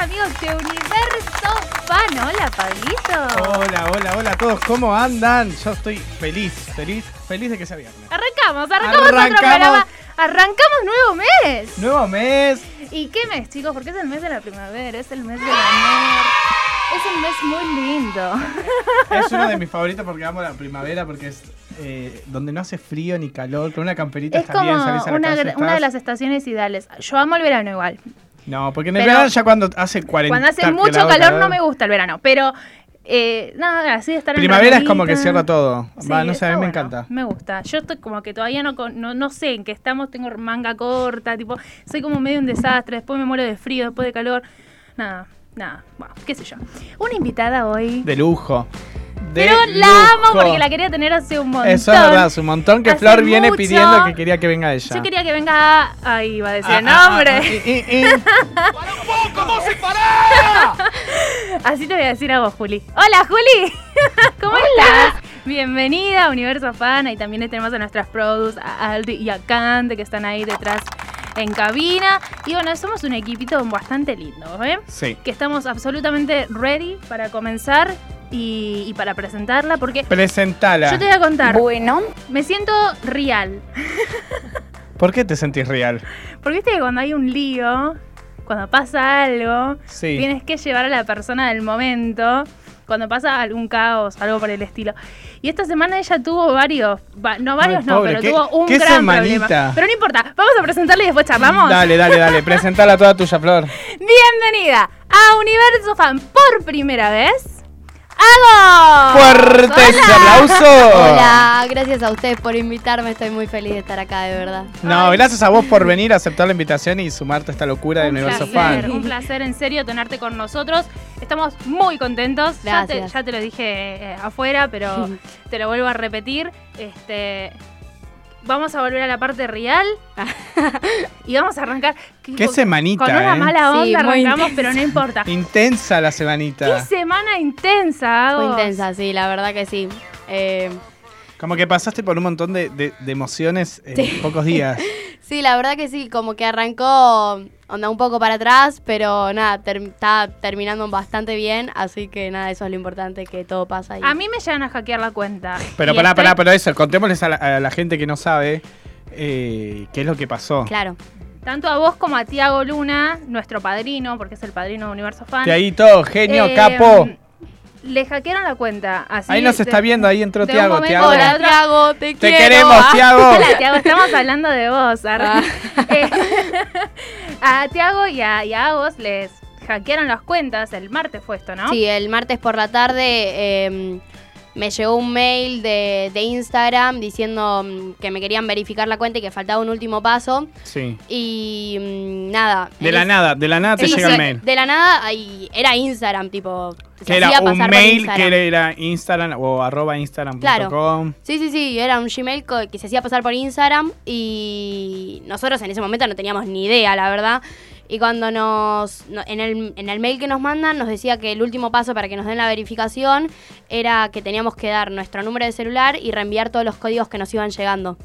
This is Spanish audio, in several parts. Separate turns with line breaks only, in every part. amigos de Universo Fan. Hola, Pablito.
Hola, hola, hola a todos, ¿cómo andan? Yo estoy feliz, feliz, feliz de que sea viernes.
Arrancamos, arrancamos, otro
Arrancamos.
programa. Arrancamos nuevo mes.
Nuevo mes,
¿Y qué mes, chicos? Porque es el mes de la primavera, es el mes del amor. Es un mes muy lindo.
es uno de mis favoritos porque amo la primavera, porque es eh, donde no hace frío ni calor, con una camperita
Es
está
como
bien, salís a la
una,
calle,
gra- una de
estás-
las estaciones ideales. Yo amo el verano igual.
No, porque en el
Pero-
verano ya cuando hace 40
Cuando hace mucho
grados
calor, no me gusta el verano, pero eh, nada, así de estar en
Primavera es como
ranita.
que cierra todo. Va,
Sí,
no sé,
está
a mí me
bueno,
encanta.
Me gusta. Yo estoy como que todavía no, con- no, no sé en qué estamos, tengo manga corta, tipo, soy como medio un desastre, después me muero de frío, después de calor. Nada, nada, bueno, qué sé yo. Una invitada hoy.
De lujo. De
pero la amo
lujo.
porque la quería tener hace un montón.
Eso es verdad, es un montón que
Hace
Flor viene
mucho.
pidiendo que quería que venga ella.
Yo quería que venga. Ahí va a decir
Ah,
el
ah,
nombre.
ah, eh, eh, eh.
Así te voy a decir a vos, Juli. ¡Hola, Juli! ¿Cómo estás? Bienvenida a Universo Fan. Y también tenemos a nuestras produs, a Aldi y a Cande, que están ahí detrás en cabina. Y bueno, somos un equipito bastante lindo, ¿eh?
Sí.
Que estamos absolutamente ready para comenzar y, y para presentarla, porque
Presentala.
yo te voy a contar,
Bueno,
me siento real.
¿Por qué te sentís real?
Porque viste que cuando hay un lío, cuando pasa algo,
Sí.
Tienes que llevar a la persona del momento cuando pasa algún caos, algo por el estilo. Y esta semana ella tuvo varios, va- no varios no,
pobre,
pero
qué-
tuvo un
qué
gran
semanita.
problema. Pero no importa, vamos a presentarle y después charlamos.
Dale, dale, dale. Presentala toda tuya, Flor.
Bienvenida a Universo Fan por primera vez. ¡Hago!
¡Fuerte ese aplauso!
hola, gracias a ustedes por invitarme, estoy muy feliz de estar acá, de verdad.
No, gracias a vos por venir, aceptar la invitación y sumarte a esta locura de
un
Universo
placer,
Fan.
Un placer, en serio, tenerte con nosotros. Estamos muy contentos. Ya te,
Gracias.
ya te lo dije eh, afuera, pero te lo vuelvo a repetir. Este, vamos a volver a la parte real y vamos a arrancar. que-
Qué
con-
semanita,
Con una
eh.
mala
Sí,
onda
muy
arrancamos,
intensa.
pero no importa.
Intensa la
¡Qué
semanita.
semana intensa!
Fue
Agos!
intensa, sí, la verdad que sí. Eh,
Como que pasaste por un montón de, de- de emociones en pocos días.
sí, la verdad que sí, como que arrancó, onda un poco para atrás, pero nada, ter- está terminando bastante bien, así que nada, eso es lo importante, que todo pasa. Y...
A mí me llegan a hackear la cuenta.
Pero
Y
pará,
estoy-
pará, pero eso, contémosles a la, a la gente que no sabe eh, qué es lo que pasó.
Claro.
Tanto a vos como a Tiago Luna, nuestro padrino, porque es el padrino de Universo Fan.
Tiaguito, genio,
Eh,
capo.
Le hackearon la cuenta. así
Ahí nos
de-
está viendo, ahí entró
de un
Tiago.
momento
Tiago.
a
Hola,
otra-
Tiago, te,
Te
quiero.
queremos,
ah.
Tiago.
Hola, Tiago, estamos hablando de vos. arre.
Ah.
Eh, a Tiago y a, y a Agos les hackearon las cuentas. El martes fue esto, ¿no?
Sí, el martes por la tarde eh, me llegó un mail de, de Instagram diciendo mm, que me querían verificar la cuenta y que faltaba un último paso.
Sí.
Y mm, nada.
De
en
la
es-
nada, de la nada te
sí,
llega
sí,
el mail.
De la nada, y era Instagram, tipo. se
Que
hacía
era un
pasar por
mail
Instagram.
que era Instagram o arroba instagram.com.
Claro. Sí, sí, sí, era un Gmail co- que se hacía pasar por Instagram y nosotros en ese momento no teníamos ni idea, la verdad. Y cuando nos. no- en, el, en el mail que nos mandan, nos decía que el último paso para que nos den la verificación era que teníamos que dar nuestro número de celular y reenviar todos los códigos que nos iban llegando.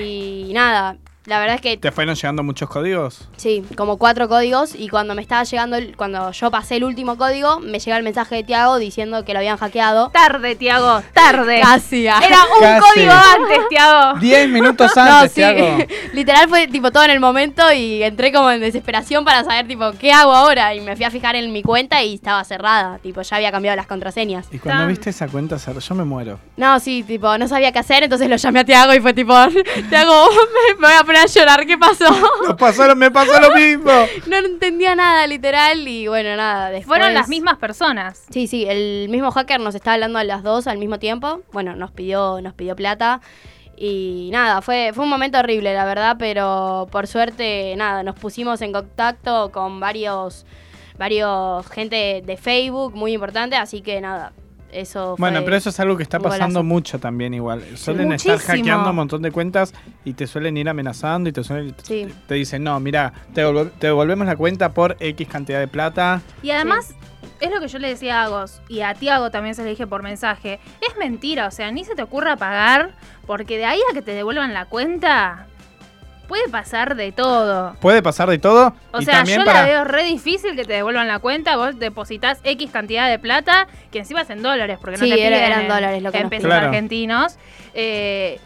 Y nada, la verdad es que.
¿Te fueron llegando muchos códigos?
Sí, como cuatro códigos y cuando me estaba llegando, el- cuando yo pasé el último código, me llega el mensaje de Tiago diciendo que lo habían hackeado.
Tarde, Tiago, tarde.
Casi, ah.
Era un
Casi.
código antes, Tiago.
Diez minutos
No,
antes,
sí.
Tiago.
Literal fue tipo todo en el momento y entré como en desesperación para saber tipo qué hago ahora y me fui a fijar en mi cuenta y estaba cerrada, tipo ya había cambiado las contraseñas.
Y cuando
Tan.
viste esa cuenta cerrada, yo me muero.
No, sí, tipo no sabía qué hacer, entonces lo llamé a Tiago y fue tipo, Tiago, me, me voy a poner a llorar, ¿qué pasó?
Nos pasó lo- me pasó lo mismo.
No entendía nada literal y bueno, nada, después
Fueron las mismas personas.
Sí, sí, el mismo hacker nos está hablando a las dos al mismo tiempo. Bueno, nos pidió, nos pidió plata. Y nada, fue, fue un momento horrible, la verdad, pero por suerte, nada, nos pusimos en contacto con varios, varios gente de Facebook muy importante, así que nada, eso fue.
Bueno, pero eso es algo que está
un golazo.
pasando mucho también igual. Suelen
Muchísimo.
estar hackeando un montón de cuentas y te suelen ir amenazando y te suelen
Sí.
te dicen, "No, mira, te, devolve- te devolvemos la cuenta por X cantidad de plata."
Y además, es lo que yo le decía a Agos y a Tiago también se le dije por mensaje. Es mentira, o sea, ni se te ocurra pagar, porque de ahí a que te devuelvan la cuenta, puede pasar de todo.
Puede pasar de todo.
O
y
sea,
también
yo
para...
la veo re difícil que te devuelvan la cuenta. Vos depositas X cantidad de plata, que encima es en dólares, porque
Sí,
no te piden
era- eran
en-
dólares lo que
en
nos
pesos
piden. Claro.
argentinos. Eh,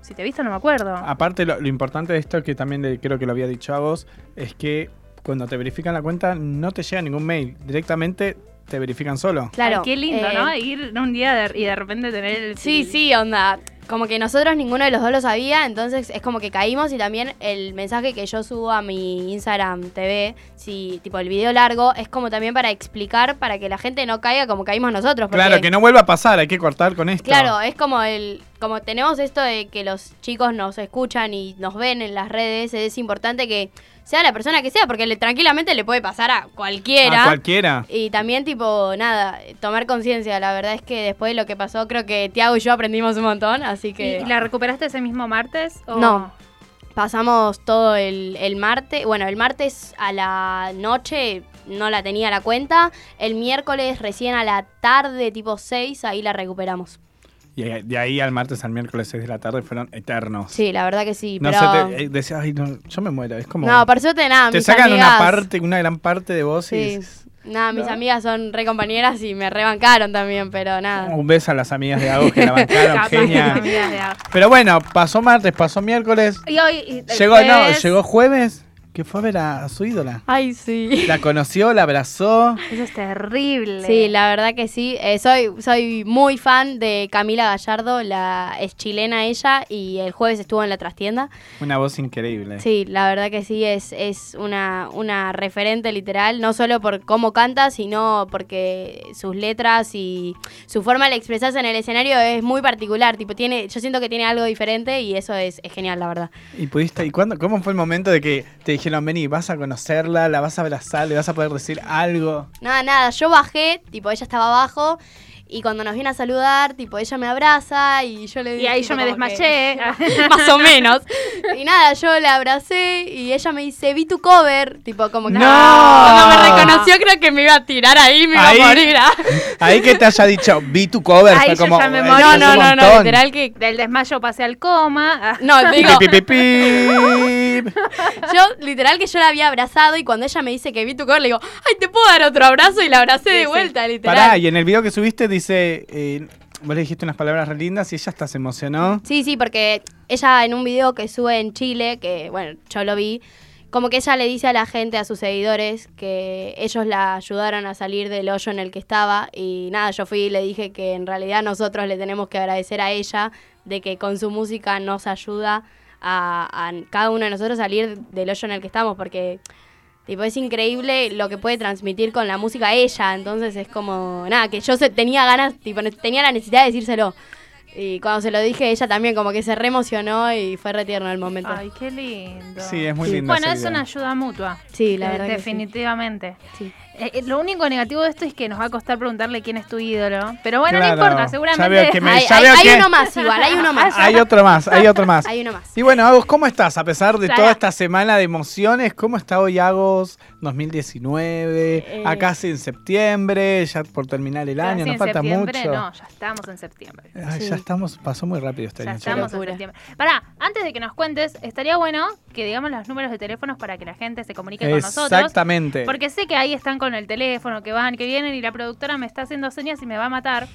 si te visto, no me acuerdo.
Aparte, lo, lo importante de esto, que también le- creo que lo había dicho a vos, es que cuando te verifican la cuenta no te llega ningún mail. Directamente te verifican solo.
Claro.
Ay, qué lindo,
eh,
¿no? Ir un día de- y de repente tener el.
Sí, sí, onda. Como que nosotros ninguno de los dos lo sabía, entonces es como que caímos y también el mensaje que yo subo a mi Instagram TV, si tipo el video largo, es como también para explicar para que la gente no caiga como caímos nosotros. porque-
Claro, que no vuelva a pasar, hay que cortar con esto.
Claro, es como el como tenemos esto de que los chicos nos escuchan y nos ven en las redes, es importante que sea la persona que sea, porque le- tranquilamente le puede pasar a cualquiera.
A cualquiera.
Y también, tipo, nada, tomar conciencia. La verdad es que después de lo que pasó, creo que Tiago y yo aprendimos un montón, así
¿Y,
que
y la recuperaste ese mismo martes? o-
No. pasamos todo el, el martes. Bueno, el martes a la noche no la tenía la cuenta. El miércoles recién a la tarde, tipo 6, ahí la recuperamos.
Y de ahí al martes, al miércoles 6 de la tarde fueron eternos.
Sí, la verdad que sí,
No
pero...
sé, te, eh, decías, "Ay, no, yo me muero. Es como.
No, por suerte nada,
te
mis
sacan una
amigas-
parte, una gran parte de vos y
Sí.
dices,
Nada, mis
¿No?
amigas son re compañeras y me rebancaron también, pero nada.
un beso a las amigas de Agus que la bancaron,
Capaz,
genia.
amigas de Ab-
Pero bueno, pasó martes, pasó miércoles.
Y hoy. y el
Llegó, no,
jueves-
llegó jueves, que fue a ver a, a su ídola.
Ay, sí.
La conoció, la abrazó.
Eso es terrible.
Sí, la verdad que sí. Eh, soy, soy muy fan de Camila Gallardo, la es chilena ella, y el jueves estuvo en la trastienda.
Una voz increíble.
Sí, la verdad que sí, es, es una, una referente literal, no solo por cómo canta, sino porque sus letras y su forma de expresarse en el escenario es muy particular. Tipo, tiene, yo siento que tiene algo diferente y eso es, es genial, la verdad.
¿Y pudiste, y cuándo, cómo fue el momento de que te dijeron, vení, vas a conocerla, la vas a abrazar, le vas a poder decir algo?
Nada, nada, yo bajé, tipo, ella estaba abajo y cuando nos viene a saludar, tipo, ella me abraza y yo le
Y
dije,
ahí
tipo,
yo me
como que-
desmayé.
más o menos. Y nada, yo la abracé y ella me dice, vi tu cover. Tipo, como que.
¡No!
Cuando me reconoció, creo que me iba a tirar ahí, me iba
Ahí-
a morir. ¿ah?
Ahí que te haya dicho, vi tu cover,
Ay,
fue
yo
como.
ya me
"Ay,
morí".
es
No,
un
no, no, no,
montón".
literal que.
Del desmayo pasé al coma. Ah.
No, digo,
Pi, pi, pi, pi.
yo literal que yo la había abrazado y cuando ella me dice que vi tu cover, le digo, ay, te puedo dar otro abrazo y la abracé
Sí,
de
sí.
vuelta, literal.
Pará, y en el video que subiste dice, eh, vos le dijiste unas palabras re lindas y ella hasta se emocionó.
Sí, sí, porque ella en un video que sube en Chile, que bueno, yo lo vi, como que ella le dice a la gente, a sus seguidores, que ellos la ayudaron a salir del hoyo en el que estaba. Y nada, yo fui y le dije que en realidad nosotros le tenemos que agradecer a ella de que con su música nos ayuda a, a cada uno de nosotros salir del hoyo en el que estamos, porque tipo es increíble lo que puede transmitir con la música ella. Entonces es como, nada, que yo se- tenía ganas, tipo, ne- tenía la necesidad de decírselo. Y cuando se lo dije, ella también como que se reemocionó y fue retierno el momento.
Ay, qué lindo.
Sí, es muy
Sí.
lindo.
Bueno,
ese
es
video.
una ayuda mutua.
Sí, la
Eh,
verdad que sí.
Definitivamente.
Sí.
Eh, eh, lo único negativo de esto es que nos va a costar preguntarle quién es tu ídolo. Pero bueno,
Claro.
no importa,
Ya
seguramente.
veo que me-
Hay,
ya
hay-
veo
hay
que-
uno más igual, hay uno más.
Hay otro más, hay otro más.
Hay uno más.
Y bueno, Agos, ¿cómo estás? A pesar de
Sara.
toda esta semana de emociones, ¿cómo está hoy Agos 2019?
Eh.
Acá casi en septiembre, ya por terminar el
Casi
año, nos
en
falta
septiembre,
mucho.
No, ya estamos en septiembre.
Ay,
Sí.
Ya estamos, pasó muy rápido este
Ya
año.
estamos
chicos.
en
Locura.
septiembre. Pará, antes de que nos cuentes, estaría bueno que digamos los números de teléfonos para que la gente se comunique con nosotros.
Exactamente.
Porque sé que ahí están con el teléfono, que van, que vienen, y la productora me está haciendo señas y me va a matar.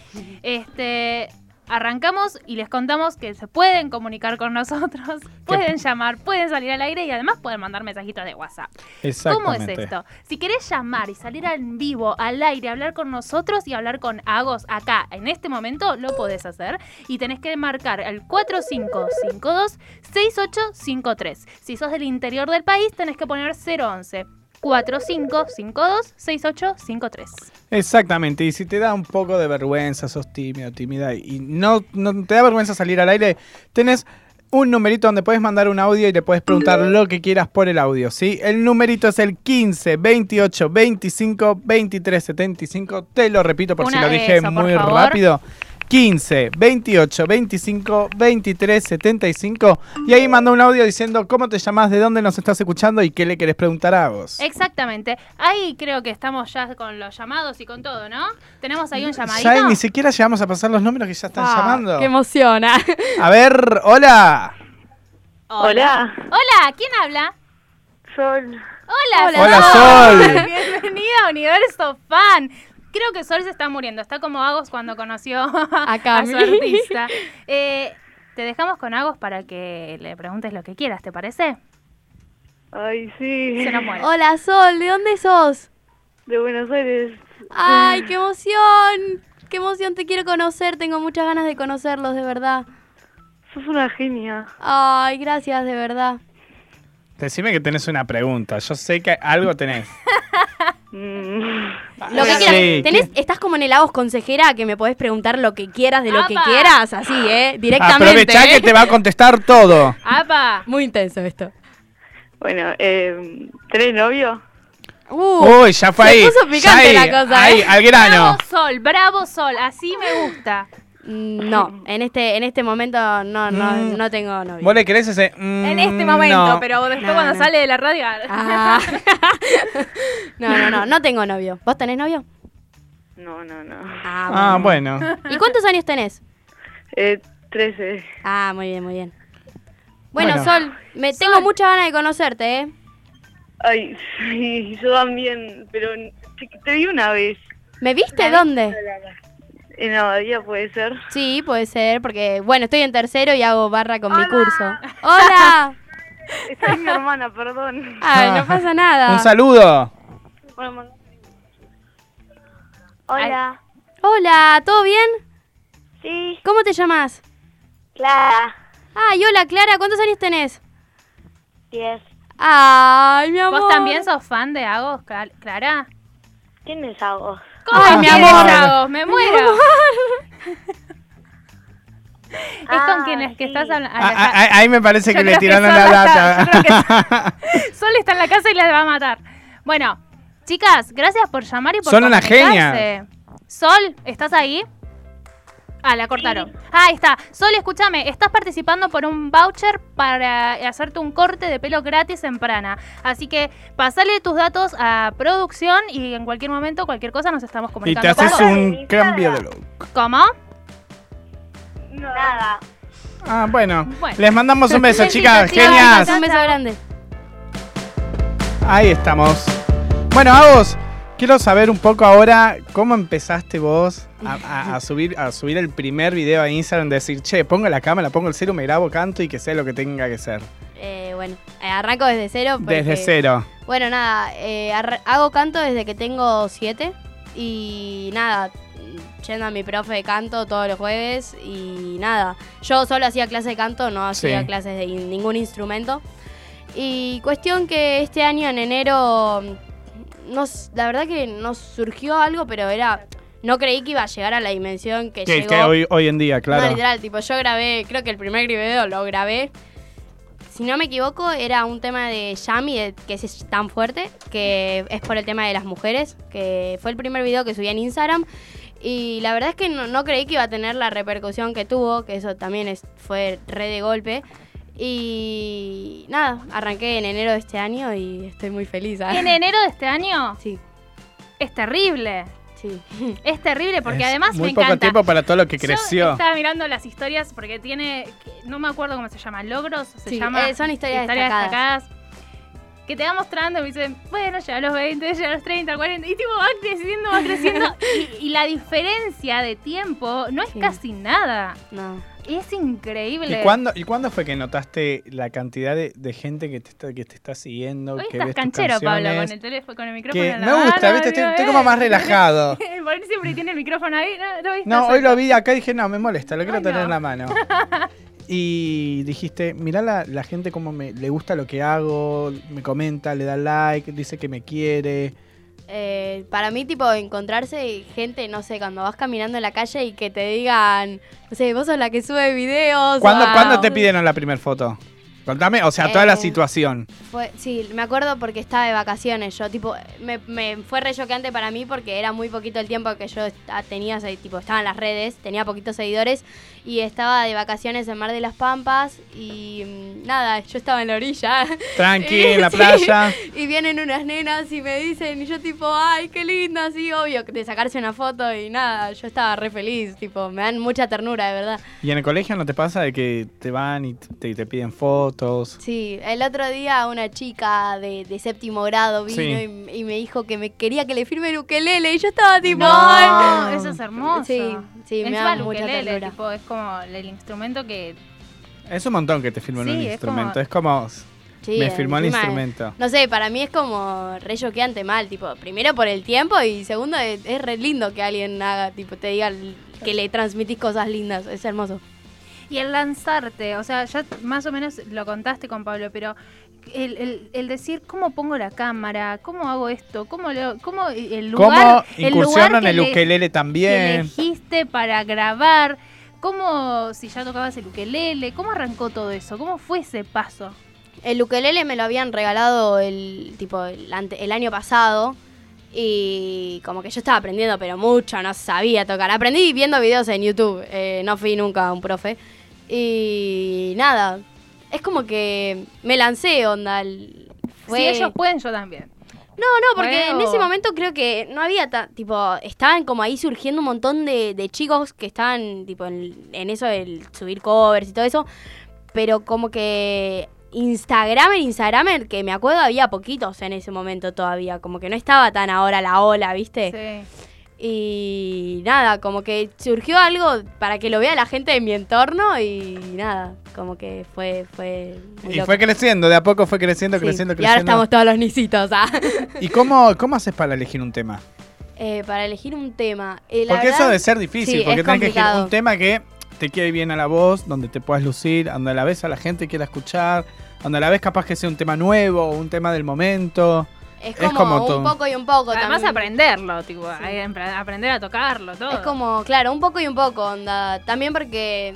Este. Arrancamos y les contamos que se pueden comunicar con nosotros, pueden llamar, pueden salir al aire y además pueden mandar mensajitos de WhatsApp. ¿Cómo es
Exactamente.
esto? Si querés llamar y salir en vivo, al aire, hablar con nosotros y hablar con Agos acá, en este momento lo podés hacer y tenés que marcar el 4552-6853. Si sos del interior del país, tenés que poner 011. 4552-6853.
Exactamente, y si te da un poco de vergüenza, sos tímido, tímida y no, no te da vergüenza salir al aire, tenés un numerito donde puedes mandar un audio y le puedes preguntar lo que quieras por el audio, ¿sí? El numerito es el 15 28 25 23 75. Te lo repito por si
Una
lo
vez
dije
eso, por
muy
favor.
rápido. 15 28 25 23 75. Y ahí manda un audio diciendo cómo te llamas, de dónde nos estás escuchando y qué le querés preguntar a vos.
Exactamente. Ahí creo que estamos ya con los llamados y con todo, ¿no? Tenemos ahí un llamadito.
Ya ni siquiera llegamos
Ah,
a pasar los números que ya están
Ah,
llamando.
Qué emociona.
A ver, hola.
Hola.
Hola, ¿quién habla?
Sol.
Hola,
Hola, Sol.
Bienvenida a Universo Fan. Creo que Sol se está muriendo. Está como Agos cuando conoció a,
Cami.
su artista. Eh, te dejamos con Agos para que le preguntes lo que quieras, ¿te parece?
Ay, sí.
Se nos muere.
Hola, Sol, ¿de dónde sos?
De Buenos Aires.
¡Ay, qué emoción! ¡Qué emoción! Te quiero conocer, tengo muchas ganas de conocerlos, de verdad.
Sos una genia.
Ay, gracias, de verdad.
Decime que tenés una pregunta. Yo sé que algo tenés.
Mm.
Lo que
Ah, Sí,
quieras.
¿qué?
Tenés- estás como en el Agos Consejera, que me podés preguntar lo que quieras de lo que
¡Apa!
quieras, así, ¿eh? Directamente.
Ah, Aprovechá que
¿eh?
te va a contestar todo.
¡Apa!
Muy intenso esto.
Bueno, eh, ¿tenés novio?
Uh,
Uy, ya fue ahí.
Se puso picante
Ya ahí,
la cosa,
Ahí,
¿eh?
al grano.
Bravo Sol, bravo Sol, así me gusta.
No, en este, en este momento no, no,
Mm.
no tengo novio.
¿Vos le querés ese? mm,
En este momento,
no.
pero después
No,
cuando
no.
sale de la radio.
Ah. no, no, no, no tengo novio. ¿Vos tenés novio?
No, no, no.
Ah, bueno.
¿Y cuántos años tenés?
Eh, 13.
Ah, muy bien, muy bien. Bueno,
Bueno.
Sol, me tengo muchas ganas de conocerte, ¿eh?
Ay, sí, yo también, pero te, te vi una vez.
¿Me viste dónde?
En Abadía puede ser.
Sí, puede ser, porque, bueno, estoy en tercero y hago barra con mi curso. ¡Hola!
Está ahí mi hermana, perdón.
Ay, no pasa nada.
Ah. Un saludo.
Bueno, mandá- Hola.
Hola, ¿todo bien?
Sí,
¿Cómo te llamas?
Clara.
Ay, hola, Clara, ¿cuántos años tenés?
10.
Ay, mi amor.
¿Vos también sos fan de Agos, Cla- Clara?
¿Quién es Agos?
¿Cómo
Ay, mi
quieres
amor.
Agos? ¡Me muero! Es con
Ah,
quien es que
sí.
estás hablando.
Ah, ah, ah, Ahí me parece
Yo
que le
creo que
tiraron la
Sol está- yo creo
lata.
Sol está en la casa y la va a matar. Bueno, chicas, gracias por llamar y por
Son unas
comunicarse. Sol, ¿estás ahí? Ah, la cortaron. Ahí está. Sol, escúchame, estás participando por un voucher para hacerte un corte de pelo gratis en Prana. Así que pasale tus datos a producción y en cualquier momento, cualquier cosa, nos estamos
Y
comunicando.
te haces
con-
un cambio de look.
¿Cómo?
Nada.
Ah, bueno.
Bueno.
Les mandamos un beso,
Besito,
chicas.
chicas.
Genias.
Un beso grande.
Ahí estamos. Bueno, Agos, quiero saber un poco ahora cómo empezaste vos a, a- a subir, a subir el primer video a Instagram, decir, che, pongo la cámara, pongo el cero, me grabo, canto y que sea lo que tenga que ser.
Eh, bueno, eh, arranco desde cero. porque-
Desde cero.
Bueno, nada, eh, arra- hago canto desde que tengo siete. Y nada, yendo a mi profe de canto todos los jueves. Y nada, yo solo hacía clases de canto, no hacía
Sí.
clases de in- ningún instrumento. Y cuestión que este año en enero, nos, la verdad que nos surgió algo, pero era... No creí que iba a llegar a la dimensión que,
Que,
llegó.
que hoy, hoy en día,
No,
claro.
literal, tipo, yo grabé, creo que el primer video lo grabé. Si no me equivoco, era un tema de Yami, de- que es tan fuerte, que es por el tema de las mujeres, que fue el primer video que subí en Instagram. Y la verdad es que no, no creí que iba a tener la repercusión que tuvo, que eso también es, fue re de golpe. Y nada, arranqué en enero de este año y estoy muy feliz. ¿ah?
En enero de este año
Sí,
es terrible.
sí.
Es terrible porque
Es
además
muy
me
poco
encanta.
tiempo para todo lo que
Yo
creció.
estaba mirando las historias porque tiene, que- no me acuerdo cómo se llama, logros, se
Sí,
llama.
eh, son historias destacadas.
destacadas, Que te va mostrando y me dicen, bueno, ya a los 20, ya a los 30, 40, y tipo va creciendo, va creciendo. y, y la diferencia de tiempo no es
Sí.
casi nada.
No.
Es increíble.
¿Y cuándo, ¿Y cuándo fue que notaste la cantidad de, de gente que te está, que te está siguiendo?
Hoy
que
estás
ves tus
canchero, Pablo,
canciones?
con el teléfono, con el micrófono
Que
en la
me gusta,
mano,
¿viste? Estoy,
digo,
estoy como
eh.
más relajado.
Por ahí siempre tiene el micrófono ahí, no, no,
No, hoy lo vi acá y dije, no, me molesta, lo quiero
Ay, no.
tener en la mano. Y dijiste, mirá la, la gente como me, le gusta lo que hago, me comenta, le da like, dice que me quiere.
Eh, para mí, tipo, encontrarse gente, no sé, cuando vas caminando en la calle y que te digan, no sé, vos sos la que sube videos.
¿Cuándo,
o-
cuándo te pidieron la primera foto? Contame, o sea, toda
Eh.
la situación.
Fue- sí, me acuerdo porque estaba de vacaciones. Yo, tipo, me, me fue re choqueante para mí porque era muy poquito el tiempo que yo est- ah, tenía, se- tipo, estaba en las redes, tenía poquitos seguidores y estaba de vacaciones en Mar de las Pampas y mm, nada, yo estaba en la orilla.
Tranqui, en la
Sí.
playa.
Y vienen unas nenas y me dicen, y yo tipo, ay, qué linda, sí, obvio, de sacarse una foto y nada, yo estaba re feliz, tipo, me dan mucha ternura, de verdad.
¿Y en el colegio no te pasa de que te van y te, te piden fotos.
Sí, el otro día una chica de, de séptimo grado vino
Sí.
y, y me dijo que me quería que le firme el ukelele y yo estaba tipo,
No,
"Ay".
eso es hermoso.
Ah, Sí, sí, me
Encima
da
el
mucha
ukelele,
ternura.
tipo, es como el instrumento que
Es un montón que te filman
Sí,
un
es
instrumento.
como-
Es como.
Sí,
me firmó el
encima,
instrumento.
No sé, para mí es como re choqueante mal, tipo, primero por el tiempo y segundo es, es re lindo que alguien haga, tipo, te diga l- que le transmitís cosas lindas, es hermoso.
Y el lanzarte, o sea, ya más o menos lo contaste con Pablo, pero el, el- el decir cómo pongo la cámara, cómo hago esto, cómo, lo, cómo el lugar,
¿Cómo incursionan
que
el,
le-
ukelele
que
también?
elegiste para grabar, cómo si ya tocabas el ukelele, cómo arrancó todo eso, cómo fue ese paso.
El ukelele me lo habían regalado el tipo el, ante- el año pasado y como que yo estaba aprendiendo, pero mucho, no sabía tocar. Aprendí viendo videos en YouTube, eh, no fui nunca a un profe. Y nada, es como que me lancé, onda. el- fue-
Si ellos pueden, yo también.
no, no, porque en
Bueno.
ese momento creo que no había ta- tipo, estaban como ahí surgiendo un montón de, de chicos que estaban tipo en, en eso del subir covers y todo eso, pero como que Instagramer, Instagramer, que me acuerdo había poquitos en ese momento todavía, como que no estaba tan ahora la ola, ¿viste?
Sí.
Y nada, como que surgió algo para que lo vea la gente de mi entorno y nada, como que fue fue muy
Y
loco.
fue creciendo, de a poco fue creciendo,
Sí,
creciendo,
Y ahora
creciendo.
estamos todos los nisitos, ah.
¿Y cómo, cómo haces para elegir un tema?
Eh, para elegir un tema. Eh, la
Porque eso
verdad-
ha de ser difícil,
sí,
porque
es
tenés que elegir
complicado.
un tema que te quede bien a la voz, donde te puedas lucir, donde a la vez a la gente quiera escuchar, donde a la vez capaz que sea un tema nuevo, un tema del momento. es
Es como,
como todo.
un poco y un poco.
Además
también.
aprenderlo, tipo, hay que apre- aprender a tocarlo, todo.
Es como, claro, un poco y un poco, onda. También porque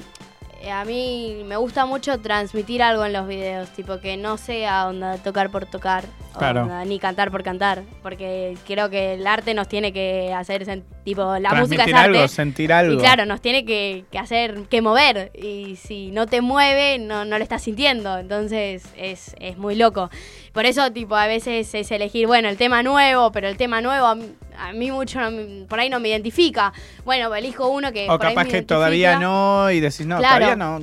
eh, a mí me gusta mucho transmitir algo en los videos, tipo que no sea onda tocar por tocar,
Claro.
onda, ni cantar por cantar, porque creo que el arte nos tiene que hacer, sen- tipo, la música es
Transmitir
arte.
algo, sentir algo.
Y claro, nos tiene que, que hacer, que mover. Y si no te mueve, no, no lo estás sintiendo. Entonces es, es muy loco. Por eso, tipo, a veces es elegir, bueno, el tema nuevo, pero el tema nuevo a mí, a mí mucho, no me- por ahí no me identifica. Bueno, elijo uno que...
o
eh, por ahí
capaz
me
que
identifica.
todavía no y decís, no,
Claro.
todavía no,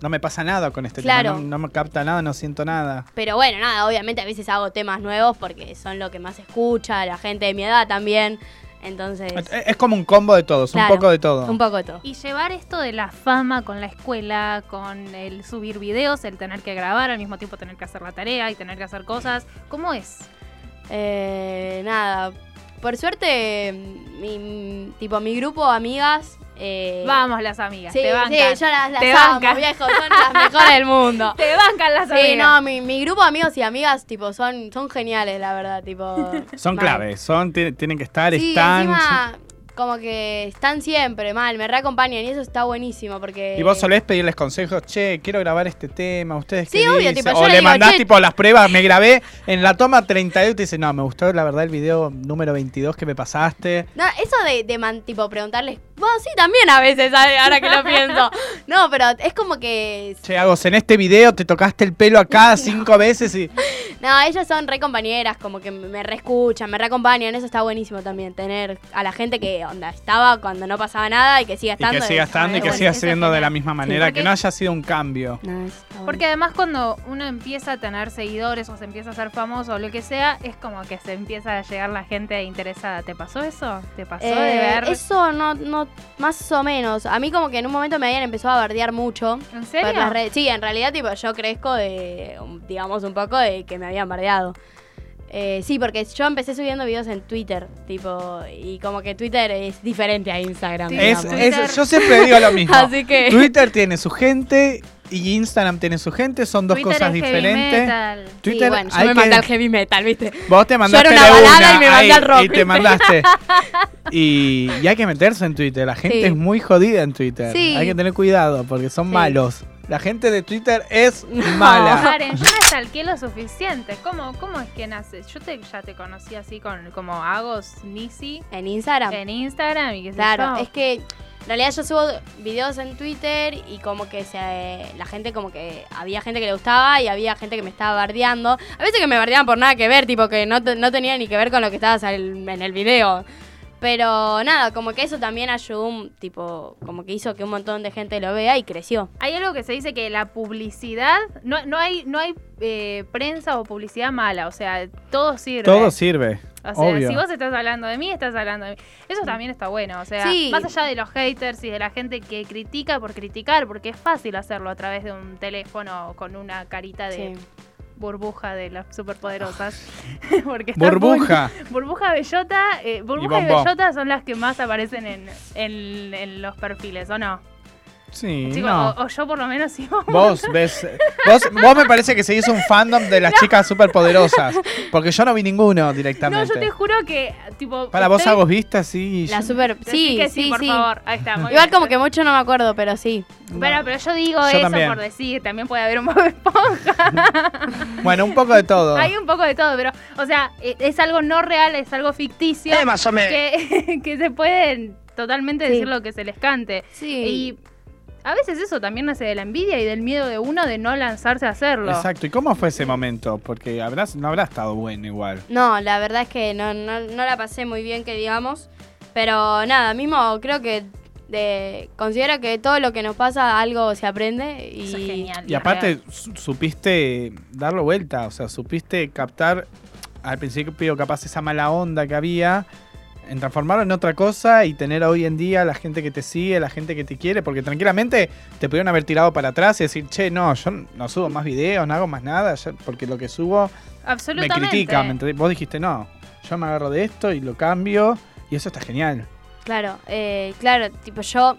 no me pasa nada con este
Claro.
tema, no, no me capta nada, no siento nada.
Pero bueno, nada, obviamente a veces hago temas nuevos porque son lo que más escucha, la gente de mi edad también. Entonces,
Es, es como un combo de todos,
Claro.
un poco de todo.
un poco de todo.
Y llevar esto de la fama con la escuela, con el subir videos, el tener que grabar, al mismo tiempo tener que hacer la tarea y tener que hacer cosas, ¿cómo es?
Eh, nada, por suerte, mi, tipo, mi grupo de amigas... eh,
Vamos las amigas,
Sí,
te
sí,
bancan.
yo las, las
Te
amo,
bancan.
viejo, son las mejores del mundo.
Te bancan las
Sí,
amigas.
no, mi, mi grupo de amigos y amigas, tipo, son, son geniales, la verdad, tipo...
Son
mal.
claves, son, ti- tienen que estar,
Sí,
están.
encima, como que están siempre, mal, me reacompañan y eso está buenísimo porque...
Y vos solés pedirles consejos, che, quiero grabar este tema, ustedes
Sí,
qué
obvio,
dicen?"
tipo, yo
o
le
le
digo,
mandás
"Che".
tipo las pruebas, me grabé en la toma 32 y te dice, no, me gustó la verdad el video número 22 que me pasaste.
No, eso de, de man- tipo, preguntarles... Bueno, sí, también a veces, ¿sabes? ahora que lo pienso. No, pero es como que...
Che, Agos, en este video te tocaste el pelo acá cinco veces y...
No, ellas son re compañeras, como que me reescuchan, me reacompañan, eso está buenísimo también, tener a la gente que, onda, estaba cuando no pasaba nada y que
Y
siga estando.
que siga
es-
estando y que
bueno,
siga
eso es
siendo de la
genial.
misma manera,
porque-
que no haya sido un cambio.
No, eso está bueno.
Porque además cuando uno empieza a tener seguidores o se empieza a ser famoso o lo que sea, es como que se empieza a llegar la gente interesada. ¿Te pasó eso? ¿Te pasó de
Eh,
ver?
Eso no, no, más o menos. A mí como que en un momento me habían empezado a bardear mucho.
¿En serio?
por las redes. Sí, en realidad tipo yo crezco de, um, digamos, un poco de que me habían bardeado. Eh, sí, porque yo empecé subiendo videos en Twitter, tipo, y como que Twitter es diferente a Instagram.
Sí,
Es-
digamos.
Twitter.
es- yo siempre digo lo mismo.
Así que...
Twitter tiene su gente y Instagram tiene su gente, son dos
Twitter
cosas
es heavy
diferentes.
metal.
Twitter,
sí, bueno, yo
hay
me
que-
mandé al heavy metal, ¿viste?
Vos te mandaste
Yo era una
la
balada
una,
y me mandé al rock,
Y te
¿viste?
mandaste. Y, y hay que meterse en Twitter. La gente
Sí.
es muy jodida en Twitter.
Sí.
Hay que tener cuidado porque son
Sí.
malos. La gente de Twitter es
No.
mala.
Karen, yo me salqué lo suficiente. ¿Cómo, cómo es que nace? Yo te, ya te conocí así con como Agos Nisi
En Instagram.
en Instagram y qué sé
Claro,
yo.
es que en realidad yo subo videos en Twitter y como que se, la gente como que había gente que le gustaba y había gente que me estaba bardeando. A veces que me bardeaban por nada que ver, tipo que no, te- no tenía ni que ver con lo que estabas al- en el video. Pero nada, como que eso también ayudó, un, tipo, como que hizo que un montón de gente lo vea y creció.
Hay algo que se dice que la publicidad, no, no hay, no hay eh, prensa o publicidad mala, o sea, todo sirve.
Todo sirve.
O sea,
obvio.
si vos estás hablando de mí, estás hablando de mí. Eso también está bueno, o sea,
Sí.
más allá de los haters y de la gente que critica por criticar, porque es fácil hacerlo a través de un teléfono o con una carita de
Sí.
burbuja de las superpoderosas. porque están
Burbuja.
muy- burbuja bellota, eh, burbuja y,
Bombón.
bellota son las que más aparecen en, en- en los perfiles, ¿o no?
Sí,
Chicos,
no.
o, o yo por lo menos sí.
Vos ves. Vos, vos me parece que se hizo un fandom de las chicas superpoderosas. Porque yo no vi ninguno
No,
directamente.
yo te juro que, tipo.
Para vos
estoy-
hago vistas, sí. y
La
yo-
super.
Decí
Sí,
que sí,
sí,
por
sí.
favor. Ahí está. muy
Igual
bien.
como que mucho no me acuerdo, pero sí.
Bueno, pero yo digo
Yo
eso
también.
por decir. También puede haber un Bob Esponja.
Bueno, un poco de todo.
Hay un poco de todo, pero. O sea, eh, es algo no real, es algo ficticio.
Eh,
Que, que se pueden totalmente
Sí.
decir lo que se les cante.
Sí.
Y. A veces eso también nace de la envidia y del miedo de uno de no lanzarse a hacerlo.
Exacto. ¿Y cómo fue ese momento? Porque habrás, no habrá estado bueno igual.
No, la verdad es que no, no, no la pasé muy bien, que digamos. Pero nada, mismo creo que de, considero que todo lo que nos pasa algo se aprende. Y
Eso es genial.
Y aparte, su- supiste darlo vuelta. O sea, supiste captar al principio, capaz, esa mala onda que había. En transformarlo en otra cosa y tener hoy en día la gente que te sigue, la gente que te quiere, porque tranquilamente te pudieron haber tirado para atrás y decir, che, no, yo no subo más videos, no hago más nada, ya- porque lo que subo me
Absolutamente.
critica. ¿me entendés? Vos dijiste, no, yo me agarro de esto y lo cambio, y eso está genial.
Claro, eh, claro, tipo yo,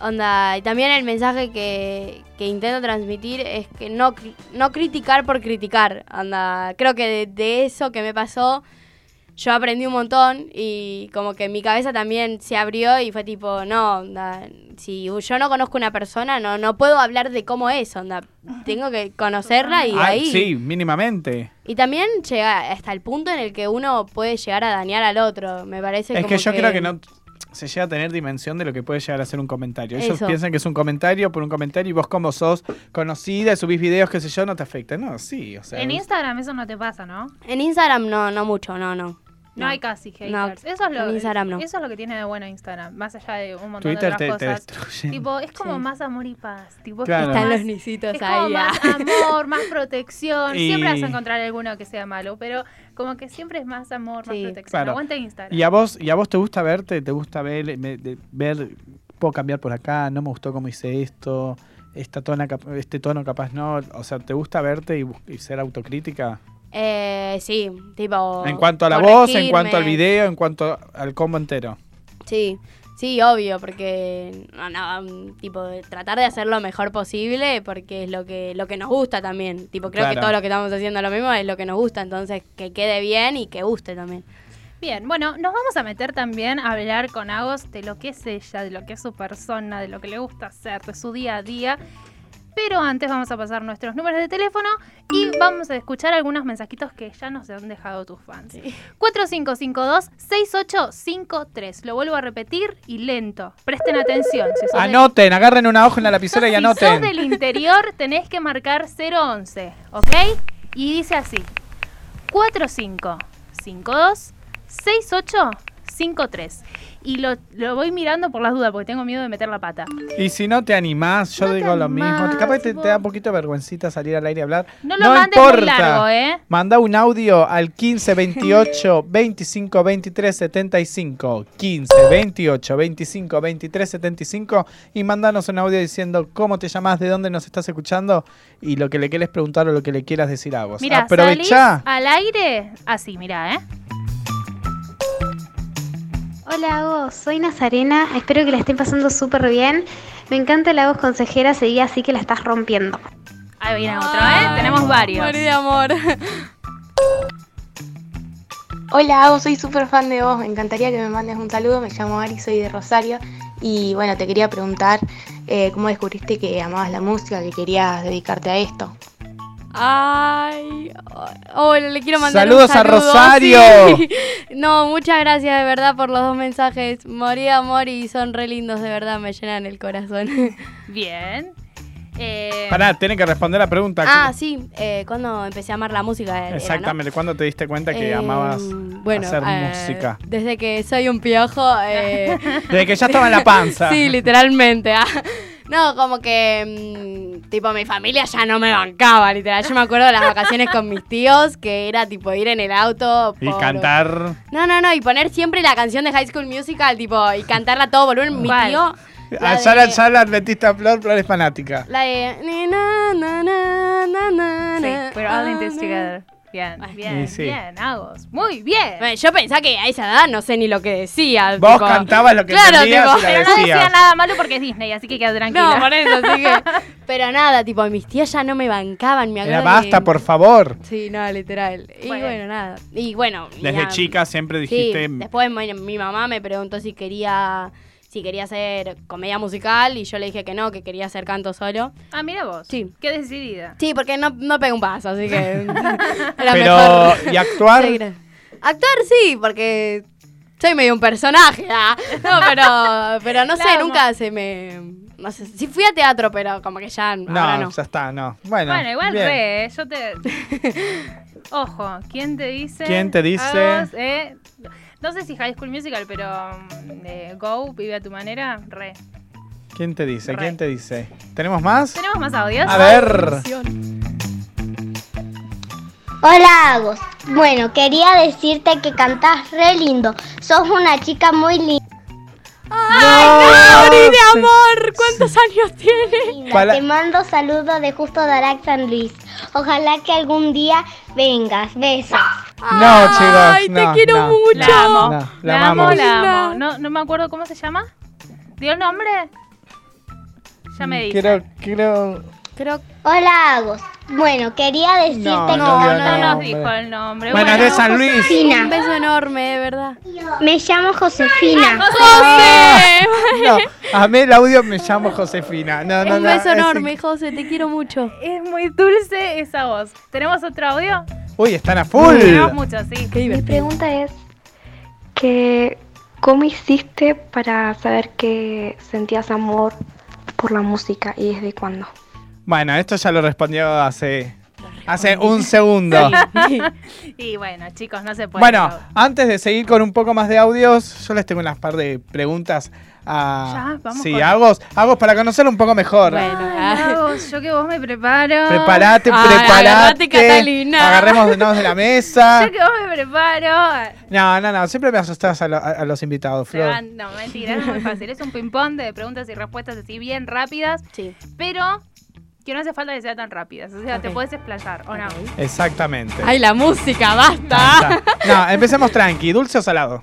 onda, y también el mensaje que, que intento transmitir es que no, cri- no criticar por criticar, onda, creo que de, de eso que me pasó yo aprendí un montón y como que mi cabeza también se abrió y fue tipo, no, onda, si yo no conozco una persona, no, no puedo hablar de cómo es, onda, tengo que conocerla y de
Ah,
ahí...
Sí, mínimamente.
Y también llega hasta el punto en el que uno puede llegar a dañar al otro, me parece
Es
como
que yo creo que no se llega a tener dimensión de lo que puede llegar a ser un comentario. Ellos
Eso.
piensan que es un comentario por un comentario y vos como sos conocida, subís videos, qué sé yo, no te afecta. No, sí, o sea.
En
es-
Instagram eso no te pasa, ¿no?
En Instagram no, no mucho, no, no.
No, hay casi haters.
No,
eso, es lo,
en Instagram no.
eso es lo que tiene de bueno Instagram, más allá de un montón
Twitter
de
te,
otras
te
cosas.
destruye.
tipo, es como
Sí.
más amor y paz. Tipo, es
Claro.
como
Están
más-
los nisitos
es como
ahí. ah.
más amor, más protección.
Y-
Siempre vas a encontrar alguno que sea malo, pero como que siempre es más amor, más
Sí.
protección.
Claro.
Aguanta Instagram.
¿Y a vos, y a vos te gusta verte? ¿Te gusta ver, me- de- ver puedo cambiar por acá, no me gustó cómo hice esto, esta tona, cap- este tono capaz no? O sea, ¿te gusta verte y, bu- y ser autocrítica?
Eh, sí, tipo.
en cuanto a la
corregirme.
voz, en cuanto al video, en cuanto al combo entero.
Sí, sí, obvio, porque. No, no, mm, tipo, de tratar de hacer lo mejor posible, porque es lo que, lo que nos gusta también. Tipo, creo
Claro.
que todo lo que estamos haciendo lo mismo es lo que nos gusta, entonces que quede bien y que guste también.
Bien, bueno, nos vamos a meter también a hablar con Agos de lo que es ella, de lo que es su persona, de lo que le gusta hacer, de su día a día. Pero antes vamos a pasar nuestros números de teléfono y vamos a escuchar algunos mensajitos que ya nos han dejado tus fans. 4552-6853. Lo vuelvo a repetir y lento. Presten atención. Si sos
Ah,
del-
Anoten, agarren una hoja en la lapicera y
si sos
anoten.
del interior, tenés que marcar 011, ¿ok? Y dice así: 4552-6853. Y lo, lo voy mirando por las dudas, porque tengo miedo de meter la pata.
Y si no te animás, yo
No te
digo lo
animás,
mismo. Capaz te,
vos.
te da un poquito de vergüencita salir al aire a hablar.
No lo mandes muy largo, ¿eh?
Manda un audio al 15 28 25 23 75. 15 28 25 23 75 y mandanos un audio diciendo cómo te llamás, de dónde nos estás escuchando y lo que le quieres preguntar o lo que le quieras decir a vos.
Mira, salís
Aprovechá.
al aire así, mira, ¿eh?
Hola, vos, soy Nazarena. Espero que la estén pasando súper bien. Me encanta la voz consejera, seguí así que la estás rompiendo.
Ahí viene otro, ¿eh? Tenemos varios.
Morí de amor.
Hola, Agos, soy súper fan de vos. Me encantaría que me mandes un saludo. Me llamo Ari, soy de Rosario. Y bueno, te quería preguntar eh, cómo descubriste que amabas la música, que querías dedicarte a esto.
Ay, oh, le quiero mandar un
Saludos a
saludo,
Rosario.
sí. No, muchas gracias de verdad por los dos mensajes. Morí de amor y son re lindos, de verdad, me llenan el corazón.
Bien. Eh,
Pará, tiene que responder la pregunta.
Ah, sí, eh, cuando empecé a amar la música. era, ¿no?
Exactamente, ¿cuándo te diste cuenta que
Eh,
amabas
bueno,
hacer
eh,
música?
Desde que soy un piojo. eh,
Desde que ya estaba en la panza.
sí, literalmente. ah. No, como que. mm, tipo, mi familia ya no me bancaba, literal. Yo me acuerdo de las vacaciones con mis tíos, que era tipo ir en el auto.
Y
por-
cantar.
No, no, no, y poner siempre la canción de High School Musical, tipo, y cantarla a todo volumen. Mi
¿Cuál?
tío.
Ah,
de-
ya, la, ya la adventista Flor, Flor es fanática.
La de. ni, na, na, na, na, na,
sí,
na,
we're all in this
na,
together. Bien, bien,
Y sí.
bien, Agos. Muy bien.
Bueno, yo pensaba que a esa edad no sé ni lo que decía.
Vos
tipo.
cantabas lo que
Claro,
entendías
tipo,
y la
Pero no decía
decías.
nada malo porque es Disney, así que queda tranquila.
No, por eso, así que. Pero nada, tipo, mis tías ya no me bancaban, me
Era,
acuerdo.
basta,
que-
por favor.
Sí, no, literal. Y
Bueno.
bueno, nada. Y bueno.
Desde
ya-
chica siempre
Sí,
dijiste.
después mi, mi mamá me preguntó si quería. Si quería hacer comedia musical y yo le dije que no, que quería hacer canto solo.
Ah, mira vos.
Sí.
Qué decidida.
Sí, porque no, no pegué un paso, así que era
pero,
mejor
¿y actuar?
seguir. Actuar sí, porque soy medio un personaje. ah. No, pero, pero no
La
sé,
amo.
nunca se me... No sé, sí fui a teatro, pero como que ya
No,
ahora no.
ya está, no. Bueno,
Bueno, igual
bien.
re, ¿eh? yo te... Ojo, ¿quién te dice?
¿Quién te dice?
Hagamos, eh, No sé si High School Musical, pero mm, eh, Go, Vive a tu manera, re.
¿Quién te dice?
Re.
¿Quién te dice? ¿Tenemos más?
¿Tenemos más audios?
A ver.
Hola, Agos. Bueno, quería decirte que cantás re lindo. Sos una chica muy linda.
¡No!
¡Ay, mi
Se-
amor! ¿Cuántos años tiene?
Pala-
Te mando saludos de Justo Darac San Luis. Ojalá que algún día vengas. Besos.
No, chicos.
¡Ay, te
no,
quiero
no, no,
mucho!
La amo.
no, la
la, amo,
amamos.
la amo. No, no me acuerdo cómo se llama. ¿Dio el nombre? Ya me dice.
Quiero, quiero.
Creo
Hola, Agos. Bueno, quería decirte
No,
que
no,
No,
dio
cantas-
no
el
nos
nombre.
dijo el nombre.
Bueno, es de San Luis.
Un
Josefina.
beso enorme, de verdad.
Me llamo Josefina.
Ah, No, a mí el audio me llamo Josefina. No, no,
Un
no,
beso
es-
enorme, José, te quiero mucho.
Es muy dulce esa voz. ¿Tenemos otro audio?
Uy, están a full.
Tenemos mucho, sí.
Qué
Mi
divertido.
pregunta es que ¿cómo hiciste para saber que sentías amor por la música y desde cuándo?
Bueno, esto ya lo respondió hace. Hace un segundo.
Y bueno, chicos, no se puede.
Bueno, antes de seguir con un poco más de audios, yo les tengo unas par de preguntas a.
Ya, vamos
sí,
con-
a Agos, Agos, para conocerlo un poco mejor.
Bueno. ah.
Ay, Lagos, yo que vos me preparo.
Preparate,
Ay,
preparate.
agarrate, Catalina.
Agarrémonos de la mesa.
Yo que vos me preparo.
No, no, no, siempre me asustas a, lo- a- a los invitados,
Se
Flor.
van- no, mentira, es muy fácil. Es un ping-pong de preguntas y respuestas así bien rápidas,
Sí.
pero que no hace falta que sea tan rápidas. O sea, te
Ok.
puedes desplazar o no.
Exactamente.
Ay, la música,
Ah,
basta.
está. No, empecemos tranqui, dulce o salado.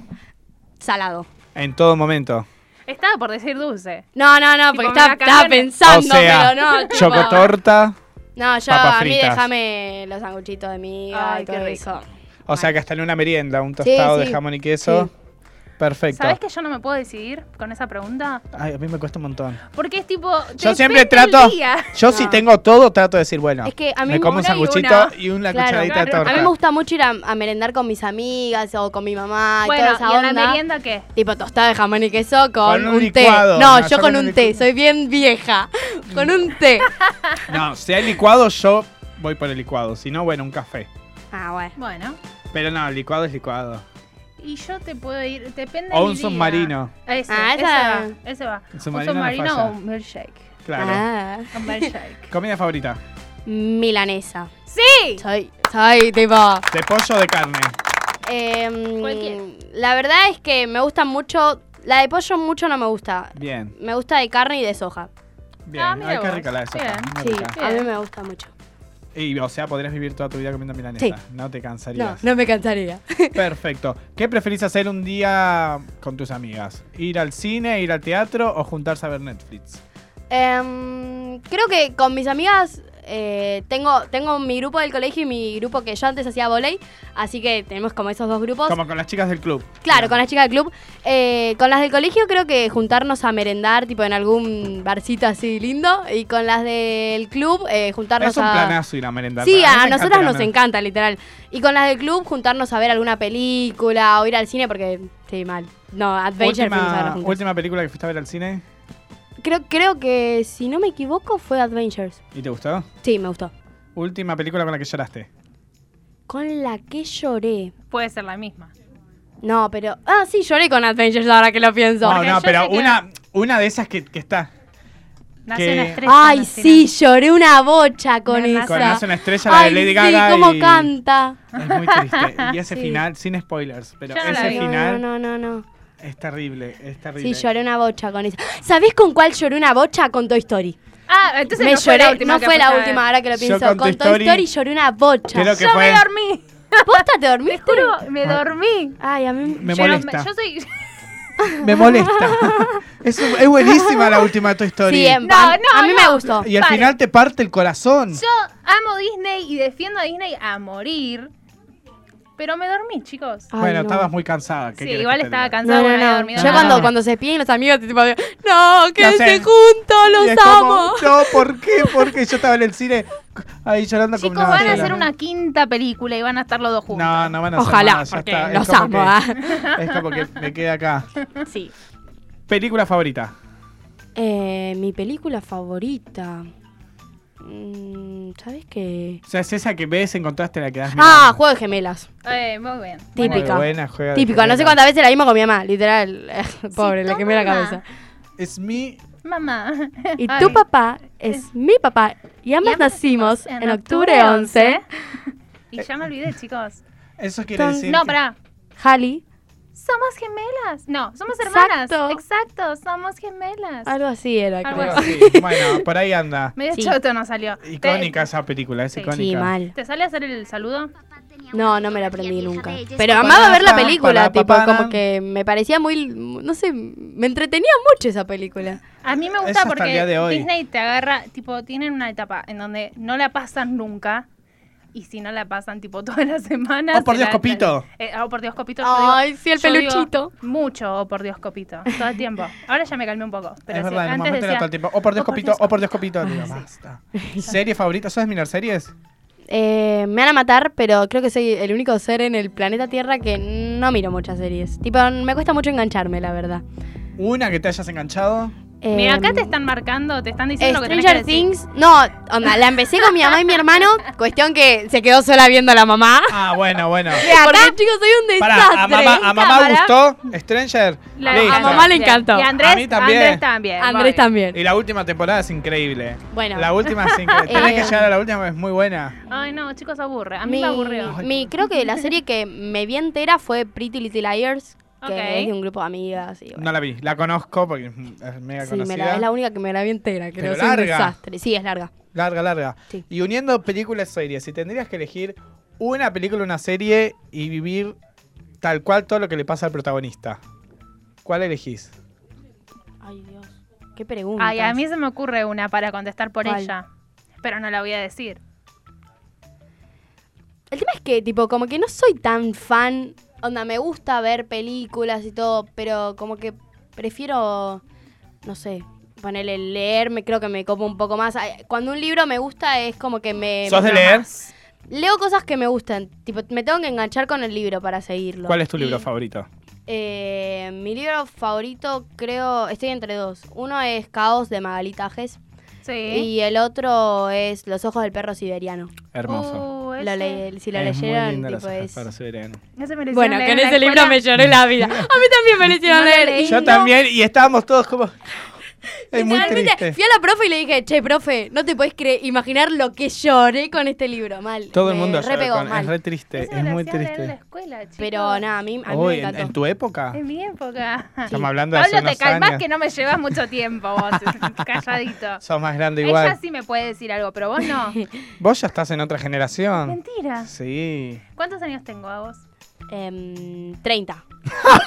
Salado.
En todo momento.
Estaba por decir dulce.
No, no, no, porque
Tipo,
estaba,
me la cambiaron.
pensando,
o sea,
pero no. tipo-
chocotorta.
No, yo
papas
a mí
fritas.
déjame los sanguchitos de miga
Ay,
y
qué
todo
rico.
eso.
O sea que hasta en una merienda, un tostado
sí.
de jamón y queso.
Sí.
Perfecto.
¿Sabes que yo no me puedo decidir con esa pregunta?
Ay, a mí me cuesta un montón.
Porque es tipo.
Yo
depende
siempre
el
trato.
día.
Yo si
No.
tengo todo, trato de decir, bueno,
Es que a mí
me como un
una y
sanguchito
una.
y una
Claro,
cucharadita de
claro.
torta.
A mí me gusta mucho ir a, a merendar con mis amigas o con mi mamá y
Bueno,
toda
¿y
esa
en la
onda.
merienda qué?
Tipo tostada de jamón y queso con,
Con un
un, té.
licuado,
No,
no,
yo con un té,
licu-
soy bien vieja. Con un té.
No, si hay licuado, yo voy por el licuado. Si no, bueno, un café.
Ah, bueno.
Bueno.
Pero no, licuado es licuado.
Y yo te puedo ir. Depende
O
de
un
mi día.
submarino.
Ese,
Ah,
ese
esa-
va. Ese va.
Un
un
submarino no
submarino
falla.
o un milkshake.
Claro.
Ah.
Un milkshake.
Comida favorita.
Milanesa.
¡Sí!
Soy, soy tipo.
De pollo o de carne.
Em,
Cualquiera.
la verdad es que me gusta mucho. La de pollo mucho no me gusta.
Bien,
Me gusta de carne y de soja.
bien.
Ah, mira
Ay, qué
vos.
rica la de soja,
Bien.
muy
Sí,
rica.
a mí
Bien.
me gusta mucho.
Y, o sea, podrías vivir toda tu vida comiendo milanesa.
Sí.
No te
No,
cansarías.
no me cansaría.
Perfecto. ¿Qué preferís hacer un día con tus amigas? ¿Ir al cine, ir al teatro o juntarse a ver Netflix?
Em, creo que con mis amigas eh, tengo, tengo mi grupo del colegio y mi grupo que yo antes hacía volei, así que tenemos como esos dos grupos.
Como con las chicas del club.
Claro, con las chicas del club. Eh, con las del colegio creo que juntarnos a merendar, tipo en algún barcito así lindo. Y con las del club eh, juntarnos
Es un
a...
planazo ir a merendar.
Sí,
mí
a,
me encanta
nosotras
ir a
nos
merendar.
encanta, literal. Y con las del club juntarnos a ver alguna película o ir al cine porque... Sí, mal. No, Adventure fuimos a ver
Última,
juntas.
última película que fuiste a ver al cine.
creo, creo que, si no me equivoco, fue Adventures.
¿Y te gustó?
Sí, me gustó.
Última película con la que lloraste.
Con la que lloré.
Puede ser la misma.
No, pero. Ah, sí, lloré con Adventures ahora que lo pienso.
No,
Porque
no,
yo
pero
sé que-
una, una de esas que, que está.
Nace
Que-
una estrella.
Ay,
nace
sí, lloré una bocha con
Nace-
esa.
Con Nace una estrella, la de
Ay,
Lady
sí,
Gaga.
cómo
y-
canta.
Es muy triste. Y ese
Sí.
final, sin spoilers, pero
Yo no la
ese
vi.
final
No, no, no, no.
es terrible. Es terrible.
Sí, lloré una bocha con esa. ¿Sabés con cuál lloré una bocha? Con Toy Story.
una- Ah, entonces
me
no fue
lloré,
la última.
no
que
fue la
fuiste a ver.
última, ahora que lo
Yo
pienso.
con
Con,
Toy
Toy Story,
Story
lloré una bocha.
Creo que
Yo
fue. Ah.
me dormí.
¿Posta te
Te
dormiste?
juro, me dormí.
Ay, a mí
Me
Yo no-
molesta.
Yo soy.
Me molesta. es, es buenísima la última de Toy Story.
Sí, en-
No,
a,
no,
a mí
no.
me gustó.
y al
Pare.
final te parte el corazón.
Yo amo Disney y defiendo a Disney a morir. Pero me dormí, chicos.
Ay,
bueno,
no.
estabas muy cansada. ¿qué
Sí,
querés
igual
que te
estaba
diga?
cansada.
No, no,
bueno, había
no.
dormido
Yo
nada.
cuando, cuando se piden los amigos, tipo, digo, no,
sé.
quédense juntos,
Y es
los
como,
amo.
No, ¿por qué? Porque yo estaba en el cine ahí llorando
Chicos,
con una
van a
bandera.
hacer una quinta película y van a estar los dos juntos.
No, no van a hacer
Ojalá,
nada, ya
porque
está. Es
los
como
amo.
que-
ah.
Es como que me queda acá.
Sí.
Película favorita.
Eh, mi película favorita. Mm, ¿Sabes qué?
O sea, es esa que ves, encontraste, la quedás
Ah,
mirando.
Juego de Gemelas.
Eh, muy bien.
Muy
Típica.
buena, juega de
Típico, no sé
gemelas.
cuántas veces la vimos con mi mamá, literal. Pobre,
Sí,
la
tu
quemé la
mamá.
cabeza.
Es mi...
Mamá.
Y
Ay.
tu papá es mi papá. Y ambas nacimos en octubre 11.
Y ya me olvidé, chicos.
Eso quiere
Son-
decir...
No,
que-
pará.
Hali,
Somos gemelas. No, somos hermanas.
Exacto.
Exacto, somos gemelas.
algo así era,
Algo
creo.
así.
Sí, bueno, por ahí anda.
Medio
Sí.
choto no salió. Te-
Icónica esa película, es
Sí.
icónica.
Sí, mal.
¿Te sale a hacer el saludo?
No, no me la aprendí nunca. Pero amaba
Para,
ver la
para,
película,
para,
tipo,
para.
como que me parecía muy, no sé, me entretenía mucho esa película.
A mí me
Eso
gusta
hasta el
porque
día de hoy.
Disney te agarra, tipo, tienen una etapa en donde no la pasan nunca. Y si no la pasan, tipo, todas las semanas.
Oh, por
se
Dios,
la-
Copito.
Eh, oh, por Dios, Copito. yo digo-
Ay, sí, el
yo digo
peluchito.
mucho, oh, por Dios, Copito. Todo el tiempo. Ahora ya me calmé un poco. Pero
es
sí,
verdad, en un
antes
momento era
decía,
todo el tiempo. O por Dios
"Oh, por
copito,
Dios,
o por Dios copito. Digo,
Ah,
basta. ¿Serie favorita? ¿Sabes mirar series?
Eh, me van a matar, pero creo que soy el único ser en el planeta Tierra que no miro muchas series. Tipo, me cuesta mucho engancharme, la verdad.
¿Una que te hayas enganchado?
Eh,
Mira, acá te están marcando, te están diciendo lo que tenés que
Stranger
decir.
Things, no, onda, la empecé con mi mamá y mi hermano, cuestión que se quedó sola viendo a la mamá.
Ah, bueno, bueno.
Porque chicos, soy un desastre.
Pará, a mamá, a mamá
cámara.
gustó Stranger.
La-
Listo.
A mamá le encantó.
Y Andrés,
A mí también.
Andrés también.
Andrés
Bobby.
también.
Y la última temporada es increíble.
Bueno.
La última es increíble. Tenés que
Eh.
llegar a la última, es muy buena.
Ay, no, chicos, aburre. A mí
Mi-
me aburrió.
mi- creo que la serie que me vi entera fue Pretty Little Liars, que
Ok.
es de un grupo de amigas. Y bueno.
No la vi. La conozco porque es mega
Sí, me
conocida.
la- es la única que me la vi entera, creo.
Pero
es un
larga.
desastre. Sí, es larga.
Larga, larga.
Sí.
Y uniendo películas y series, si tendrías que elegir una película, una serie y vivir tal cual todo lo que le pasa al protagonista, ¿cuál elegís?
Ay, Dios. Qué pregunta.
Ay, a mí se me ocurre una para contestar por
¿Cuál?
ella. Pero no la voy a decir.
El tema es que, tipo, como que no soy tan fan. Onda, me gusta ver películas y todo, pero como que prefiero, no sé, ponerle leerme, creo que me copo un poco más. Ay, Cuando un libro me gusta es como que me...
¿Sos de leer?
Leo cosas que me gustan, tipo, me tengo que enganchar con el libro para seguirlo.
¿Cuál es tu libro
Y,
favorito?
eh, mi libro favorito creo, estoy entre dos. Uno es Caos de Magalitajes
Sí.
y el otro es Los ojos del perro siberiano.
Hermoso.
Uh, ese-
Lo le- si lo
Es muy
leyeron,
linda la
tipo
Soja
es...
para Sereno.
ese me lo
Bueno,
hicieron
que
leer
en
en la
ese libro
escuela.
me lloré la vida. A mí también me lo hicieron
No lo
leer.
leí.
y
Yo
no-
también, y estábamos todos como... Es muy
literalmente,
triste.
Fui a la profe y le dije, che, profe, no te podés cre- imaginar lo que lloré con este libro. Mal.
Todo el
Me
mundo llora
repegó,
con-
mal.
es re triste,
Ese me
es
lo
muy
hacían leer en la
triste.
escuela, chicos.
Pero nada, a mí, a mí
Hoy,
me
en,
encantó.
en tu época,
En mi época.
estamos hablando de hace
Pablo, te
unos
calmás
años.
que no me llevas mucho tiempo vos. calladito.
Sos más grande
Ella
igual.
sí me puede decir algo, pero vos no.
Vos ya estás en otra generación.
Mentira.
Sí.
¿Cuántos años tengo a vos?
Em, 30.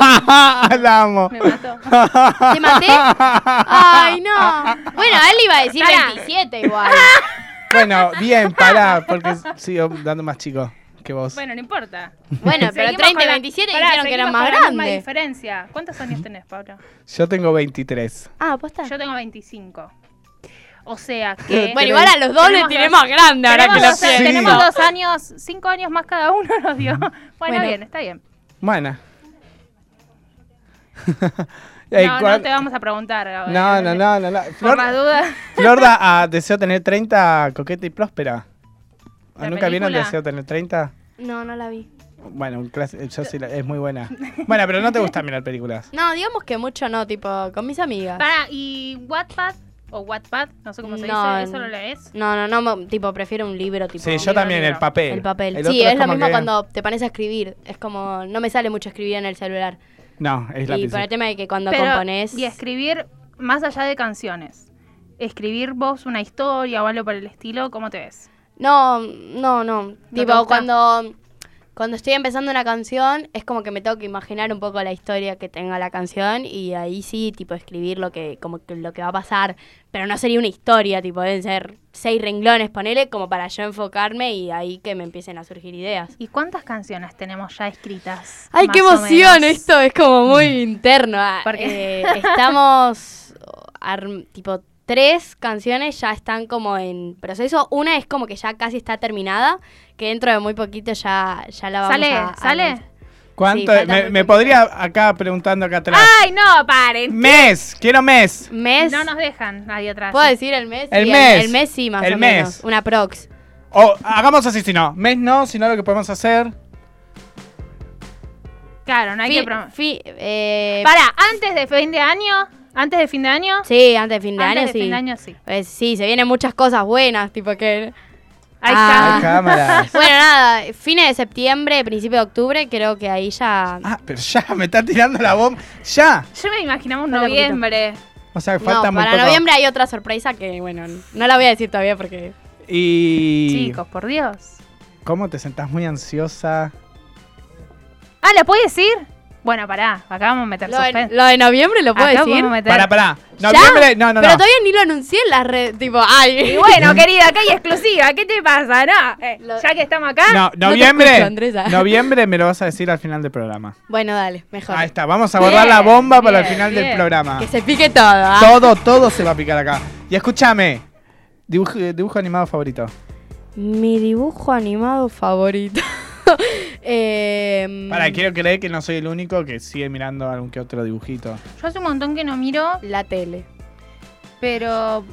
La amo.
Me mató.
¿Te maté? Ay, no. Ah. Bueno, él iba a decir
Pará.
27 igual.
Bueno, bien, pará, porque sigo dando más chico que vos.
Bueno, no importa.
Bueno, pero
Seguimos
30
con
y
la-
27
pará,
dijeron que eran
seguimos
más
con la misma
grandes.
diferencia. ¿Cuántos años tenés, Pablo?
Yo tengo 23.
Ah, posta.
Yo tengo 25. O sea que.
Bueno, igual a los dos le
Tenemos
tiré
dos-
más grande ahora que
Tenemos,
lo
dos,
sé.
pienso.
tenemos
Sí.
dos años, cinco años más cada uno nos dio. Bueno,
Bueno.
bien, está bien.
Bueno. Eh,
no,
cuan-
no te vamos a preguntar.
no, no, no, no, no.
Por
Flor,
las dudas.
Flor da a Deseo Tener 30, Coqueta y Próspera. ¿Ah,
¿La
¿Nunca vieron
película?
Deseo Tener 30?
No, no la vi.
Bueno, un clas- eh, yo sí la- es muy buena. Bueno, pero no te gusta mirar películas.
No, digamos que mucho no, tipo, con mis amigas.
Para, ¿y Wattpad? ¿O Wattpad? No sé cómo se
No,
dice. ¿Eso lo lees?
No, no, no, mo- tipo, prefiero un libro, tipo.
Sí, yo también, el
libro.
papel.
El papel.
El
sí,
otro
es lo
como
mismo
que-
cuando te pones a escribir. Es como, no me sale mucho escribir en el celular.
No, es la
y por el tema de que cuando
Pero,
compones.
Y escribir más allá de canciones. Escribir vos una historia o algo por el estilo, ¿cómo te ves?
No, no, no.
te
Tipo,
gusta?
cuando, cuando estoy empezando una canción, es como que me tengo que imaginar un poco la historia que tenga la canción y ahí sí, tipo, escribir lo que, como que lo que va a pasar. Pero no sería una historia, tipo, deben ser seis renglones, ponele, como para yo enfocarme y ahí que me empiecen a surgir ideas.
¿Y cuántas canciones tenemos ya escritas?
¡Ay,
Más
qué
o
emoción!
menos.
Esto es como muy interno. Ah,
Porque-
eh, estamos, arm- tipo, tres canciones ya están como en proceso. Una es como que ya casi está terminada, que dentro de muy poquito ya, ya la vamos
¿Sale?
a... a-
¿Sale?
¿Cuánto?
Sí, falta
me
muy
me
poquito. Ah,
podría acá preguntando acá atrás.
¡Ay, no! ¡Paren!
Mes, quiero mes.
¿Mes?
No nos dejan ahí atrás.
¿Puedo decir el mes?
El
Sí,
mes.
El mes sí, más
El
o
mes.
menos. Una prox.
O hagamos así si no. Mes no, si no lo que podemos hacer.
Claro, no hay
Fi-
que... prom-
fi- eh,
Para, antes de fin de año, antes de fin de año,
Sí, antes de fin de
antes
año,
de
sí.
fin de año sí.
Pues sí, se vienen muchas cosas buenas, tipo que...
Ahí
Ah.
Hay cámaras.
Bueno, nada, fines de septiembre, principio de octubre, creo que ahí ya...
Ah, pero ya, me está tirando la bomba. Ya.
está. Yo me imaginaba un
Falta poquito.
noviembre.
O sea,
No,
falta
para
muy poco.
noviembre hay otra sorpresa que, bueno, no la voy a decir todavía porque...
Y.
Chicos, por Dios.
¿Cómo te sentás muy ansiosa?
Ah, ¿la puedes decir? Bueno, pará, acá vamos a meter
Lo de,
suspense.
lo de noviembre lo puedo
Acá
decir.
podemos meter-
Pará, pará.
¿Ya?
Noviembre, no, no,
Pero
no.
todavía ni lo anuncié en las redes, tipo, ay.
Y bueno, querida, acá hay exclusiva. ¿Qué te pasa? No, eh,
Lo-
ya que estamos acá.
No,
Ah, te
noviembre.
escucho, Andresa.
noviembre me lo vas a decir al final del programa.
Bueno, dale, mejor.
Ahí está, vamos a guardar la
Bien,
bomba para el
bien,
final del
bien.
programa.
Que se pique todo, ¿ah?
Todo, todo se va a picar acá. Y escúchame. Dibujo, dibujo animado favorito.
Mi dibujo animado favorito. eh,
Para, quiero creer que no soy el único que sigue mirando algún que otro dibujito.
Yo hace un montón que no miro,
La tele.
pero.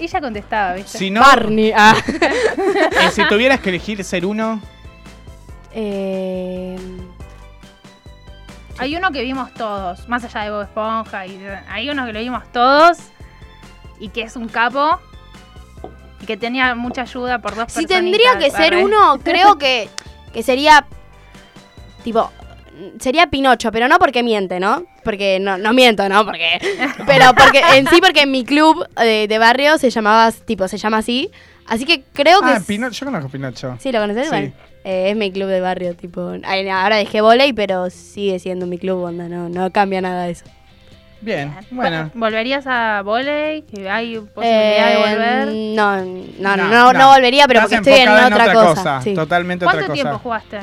Ella contestaba, ¿viste?
Si no,
Barney. ah.
y si tuvieras que elegir ser uno,
Eh,
Hay uno que vimos todos, más allá de Bob Esponja. Y hay uno que lo vimos todos y que es un capo y que tenía mucha ayuda por dos
si
personitas,
tendría que ser
arre.
uno, creo que, que sería. Tipo. Sería Pinocho, pero no porque miente, ¿no? Porque no, no miento, ¿no? Porque. Pero porque en sí, porque en mi club eh, de barrio se llamaba, tipo, se llama así. Así que creo que.
Ah,
s-
Pinocho, yo conozco a Pinocho.
Sí, ¿lo conoces?
Sí.
Bueno, eh, es mi club de barrio, tipo. ay, no, Ahora dejé volei, pero sigue siendo mi club, onda, no, no cambia nada eso.
Bien, bueno.
¿Volverías a volei? Que hay posibilidad
Eh,
de volver.
No, no, no, no, no volvería, pero
Estás
porque estoy en
enfocada
otra, cosa. sí.
Totalmente otra
¿Cuánto
cosa.
tiempo jugaste?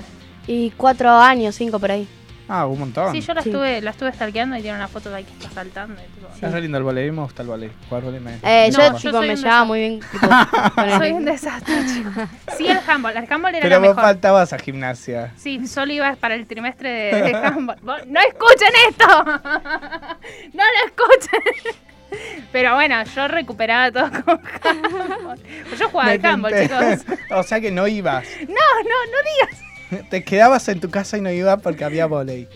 Y cuatro años, cinco por ahí.
Ah, un montón.
Sí, yo la
Sí.
estuve, la estuve stalkeando y tiene una foto de ahí que está saltando. y tipo-
Es re lindo el voleibol, me gusta el voleibol. Jugar voleibol me...
Eh,
No,
yo,
yo
tipo,
soy
me
un
llevaba muy bien. tipo, con el-
Soy un desastre, chicos. Sí, el handball. El handball era
Pero
la
vos
mejor.
faltabas a gimnasia.
Sí, solo ibas para el trimestre de, de handball. Vos- ¡No escuchen esto! ¡No lo escuchen! Pero bueno, yo recuperaba todo con handball. Yo jugaba al
Me
handball,
tenté.
chicos.
o sea que no ibas.
No, no, no digas.
Te quedabas en tu casa y no ibas porque había voleibol.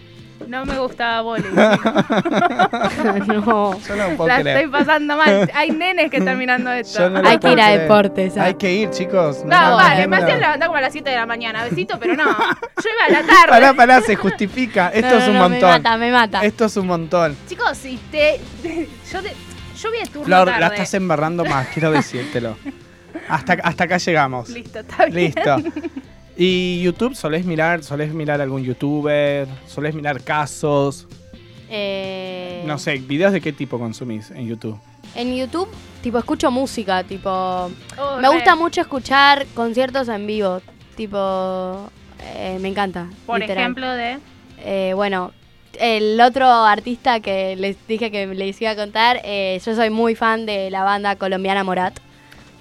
No me gustaba vóley. chicos.
no.
Yo no puedo
La
creer.
estoy pasando mal. Hay nenes que están mirando esto.
Yo no lo
Hay que
puedo
ir a
creer.
deportes, ah.
Hay que ir, chicos.
No,
nos
vale, me
vemos.
hacían levantar como a las 7 de la mañana, besito, pero no. Yo iba a la tarde.
Pará, pará, se justifica. Esto
No,
es
no,
un
no,
montón.
Me mata, me mata.
Esto es un montón.
Chicos, si te. yo, te- yo vi el turno
Flor,
tarde.
la estás embarrando más, quiero decírtelo. Hasta, hasta acá llegamos.
Listo, está bien.
Listo. ¿Y YouTube? ¿Solés mirar? ¿Solés mirar algún youtuber? ¿Solés mirar casos?
Eh,
No sé, ¿videos de qué tipo consumís en YouTube?
En YouTube, tipo, escucho música, tipo.
Oh,
Me
re.
gusta mucho escuchar conciertos en vivo. Tipo, eh, me encanta.
Por
literal.
ejemplo, de.
Eh, bueno, el otro artista que les dije que les iba a contar, eh, yo soy muy fan de la banda colombiana Morat.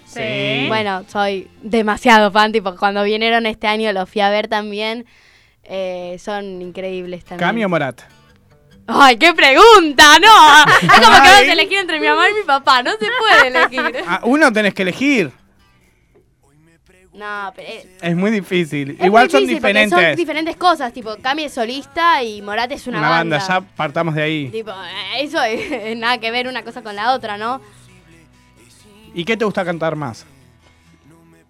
Sí.
Bueno, soy demasiado fan, tipo, cuando vinieron este año los fui a ver también. Eh, son increíbles también.
Cami o Morat.
Ay, qué pregunta, no. Es como que vas
Ay.
a elegir entre mi mamá y mi papá, no se puede elegir.
Ah, uno tenés que elegir.
No, pero eh, es-
Es muy difícil.
es
Igual
muy
son
difícil porque
diferentes.
Son diferentes cosas, tipo, Cami es solista y Morat es una,
una banda, ya partamos de ahí.
Tipo, eh, eso es nada que ver una cosa con la otra, ¿no?
¿Y qué te gusta cantar más?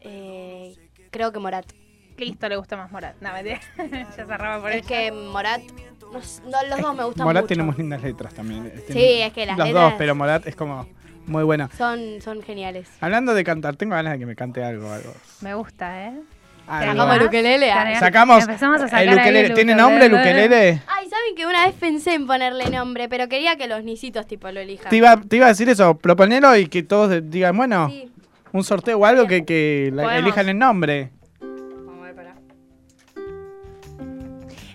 Eh, creo que Morat.
Listo, le gusta más Morat. No, mentira. ya cerraba por
Es
eso.
que Morat. no s- no, los dos me gustan
Morat
mucho.
tiene muy lindas letras también.
Sí, es que las
Los
letras-
dos, pero Morat es como muy buena.
Son, son geniales.
Hablando de cantar, tengo ganas de que me cante algo. algo.
Me gusta, ¿eh?
Algo.
Sacamos el
¿verdad?
ukelele. ah.
Tarea.
Sacamos
Empezamos a sacar
el
ahí
ukelele.
el
¿Tiene nombre el
ukelele?
ukelele?
Ay, ¿saben que una vez pensé en ponerle nombre, pero quería que los nisitos tipo lo elijan?
Te iba, te iba a decir eso, proponelo y que todos de- digan, bueno,
Sí.
un sorteo o algo que, que la-
Podemos.
elijan el nombre.
Vamos a ver, pará.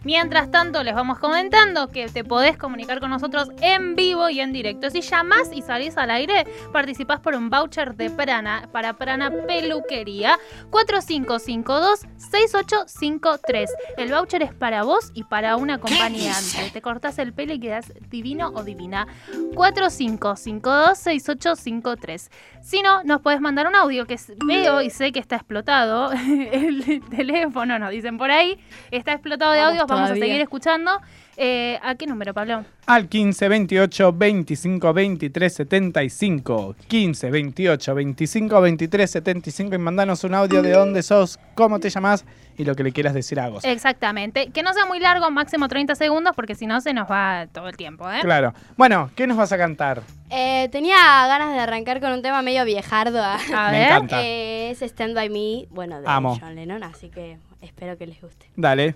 Mientras tanto, les vamos comentando que te podés comunicar con nosotros en vivo y en directo. Si llamás y salís al aire, participás por un voucher de Prana para Prana Peluquería 4552-6853. El voucher es para vos y para un acompañante. Te cortás el pelo y quedás divino o divina. 4552-6853. Si no, nos podés mandar un audio que s- veo y sé que está explotado. El teléfono, nos dicen por ahí. Está explotado de
Vamos
audios, vamos a
todavía.
seguir escuchando. Eh, ¿A qué número, Pablo?
Al 15 28 25 23 75. 15 28 25 23 75 y mandanos un audio de dónde sos, cómo te llamás y lo que le quieras decir a vos.
Eh, Exactamente. Que no sea muy largo, máximo 30 segundos, porque si no se nos va todo el tiempo, ¿eh?
Claro. Bueno, ¿qué nos vas a cantar?
Eh, tenía ganas de arrancar con un tema medio viejardo. ah.
A
Me
ver.
encanta.
Eh, es Stand By Me, bueno, de
Amo.
John Lennon, así que espero que les guste.
Dale.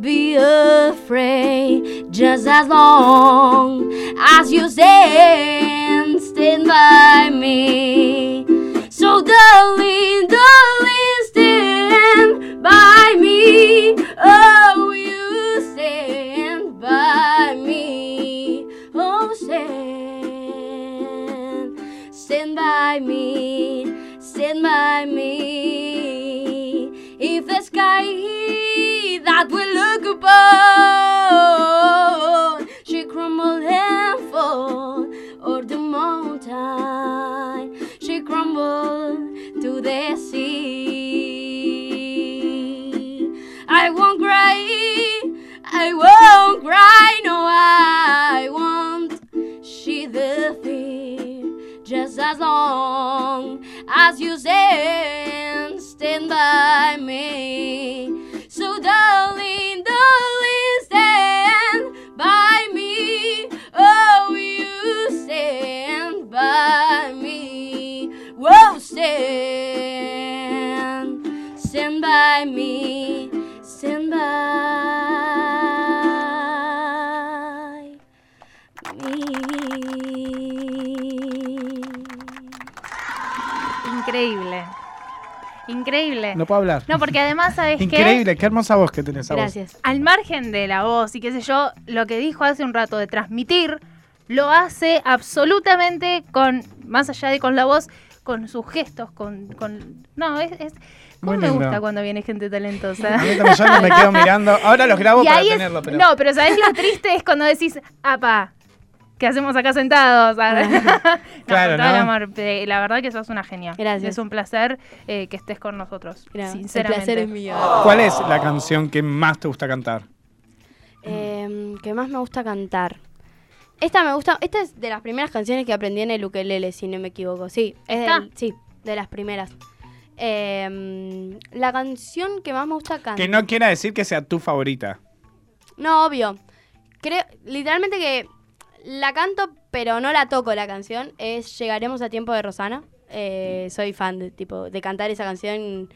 be afraid. Just as long as you stand, stand by me. So, darling, darling, stand by me. Oh, you stand by me. Oh, stand, stand by me, stand by me. If the sky that we look upon should crumble and fall, or the mountain should crumble to the sea, I won't cry. I won't cry, no, I won't shed the fear. Just as long as you stand, stand by me. So, darling, darling, stand by me. Oh, you stand by me. Whoa, stand, stand by me, stand by me.
Increíble. Increíble.
No puedo hablar.
No, porque además, ¿sabes qué?
Increíble, qué hermosa voz que tenés a vos.
Gracias.
al margen de la voz y qué sé yo, lo que dijo hace un rato de transmitir, lo hace absolutamente con, más allá de con la voz, con sus gestos, con... con no, es... es ¿Cómo
Muy
me
lindo.
gusta cuando viene gente talentosa?
A mí también, yo no me quedo mirando. Ahora los grabo
Y
para
ahí es-
tenerlo, pero.
No, pero ¿sabes lo triste? Es cuando decís, apa, ¿qué hacemos acá sentados? No,
Claro,
con todo el
¿no?
amor, eh, la verdad que sos una genia.
Gracias.
Es un placer eh, que estés con nosotros,
Mira, el
sinceramente.
placer es mío.
¿Cuál es la canción que más te gusta cantar?
Em, ¿Qué más me gusta cantar? Esta me gusta, esta es de las primeras canciones que aprendí en el ukelele, si no me equivoco. Sí, es
¿Esta?
del- sí, de las primeras. Em, la canción que más me gusta cantar.
Que no quiera decir que sea tu favorita.
No, obvio. Creo, literalmente que la canto, pero no la toco la canción. Es Llegaremos a tiempo de Rosana. Eh, soy fan de tipo de cantar esa canción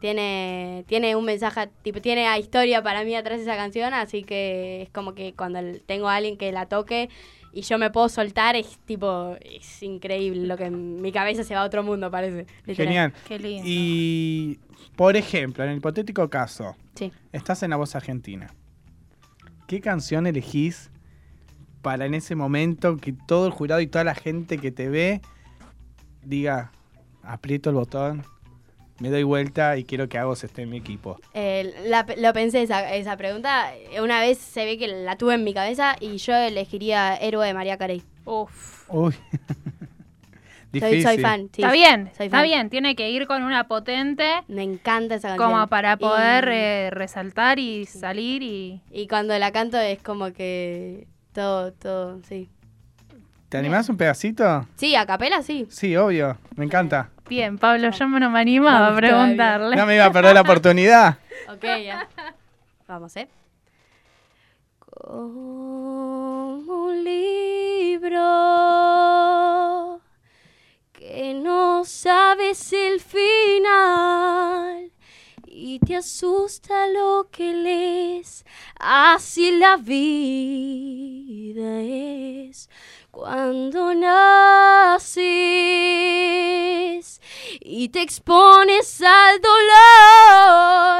Tiene, tiene un mensaje, tipo, tiene a historia para mí atrás esa canción, así que es como que cuando l- tengo a alguien que la toque y yo me puedo soltar, es tipo, es increíble lo que en mi cabeza se va a otro mundo, parece. literal.
Genial.
Qué lindo.
Y, por ejemplo, en el hipotético caso,
Sí.
estás en La Voz Argentina. ¿Qué canción elegís para en ese momento que todo el jurado y toda la gente que te ve diga, aprieto el botón, me doy vuelta y quiero que Agos esté en mi equipo?
Eh, la- lo pensé esa, esa pregunta. Una vez se ve que la tuve en mi cabeza y yo elegiría Héroe de María Carey.
Uf.
Uy.
Soy,
Difícil.
soy fan. sí.
Está bien,
soy
está
fan.
bien. Tiene que ir con una potente
Me encanta esa canción.
como para poder
Y-
eh, resaltar y salir y...
Y, cuando la canto es como que todo, todo, sí.
¿Te animás un pedacito?
Sí, a capela sí.
Sí, obvio. Me encanta.
Bien, Pablo, yo no me animaba a
Vamos todavía.
preguntarle.
No me iba a perder la oportunidad.
Ok, ya. Vamos, ¿eh? Como un libro que no sabes el final y te asusta lo que lees, así la vida es cuando naces y te expones al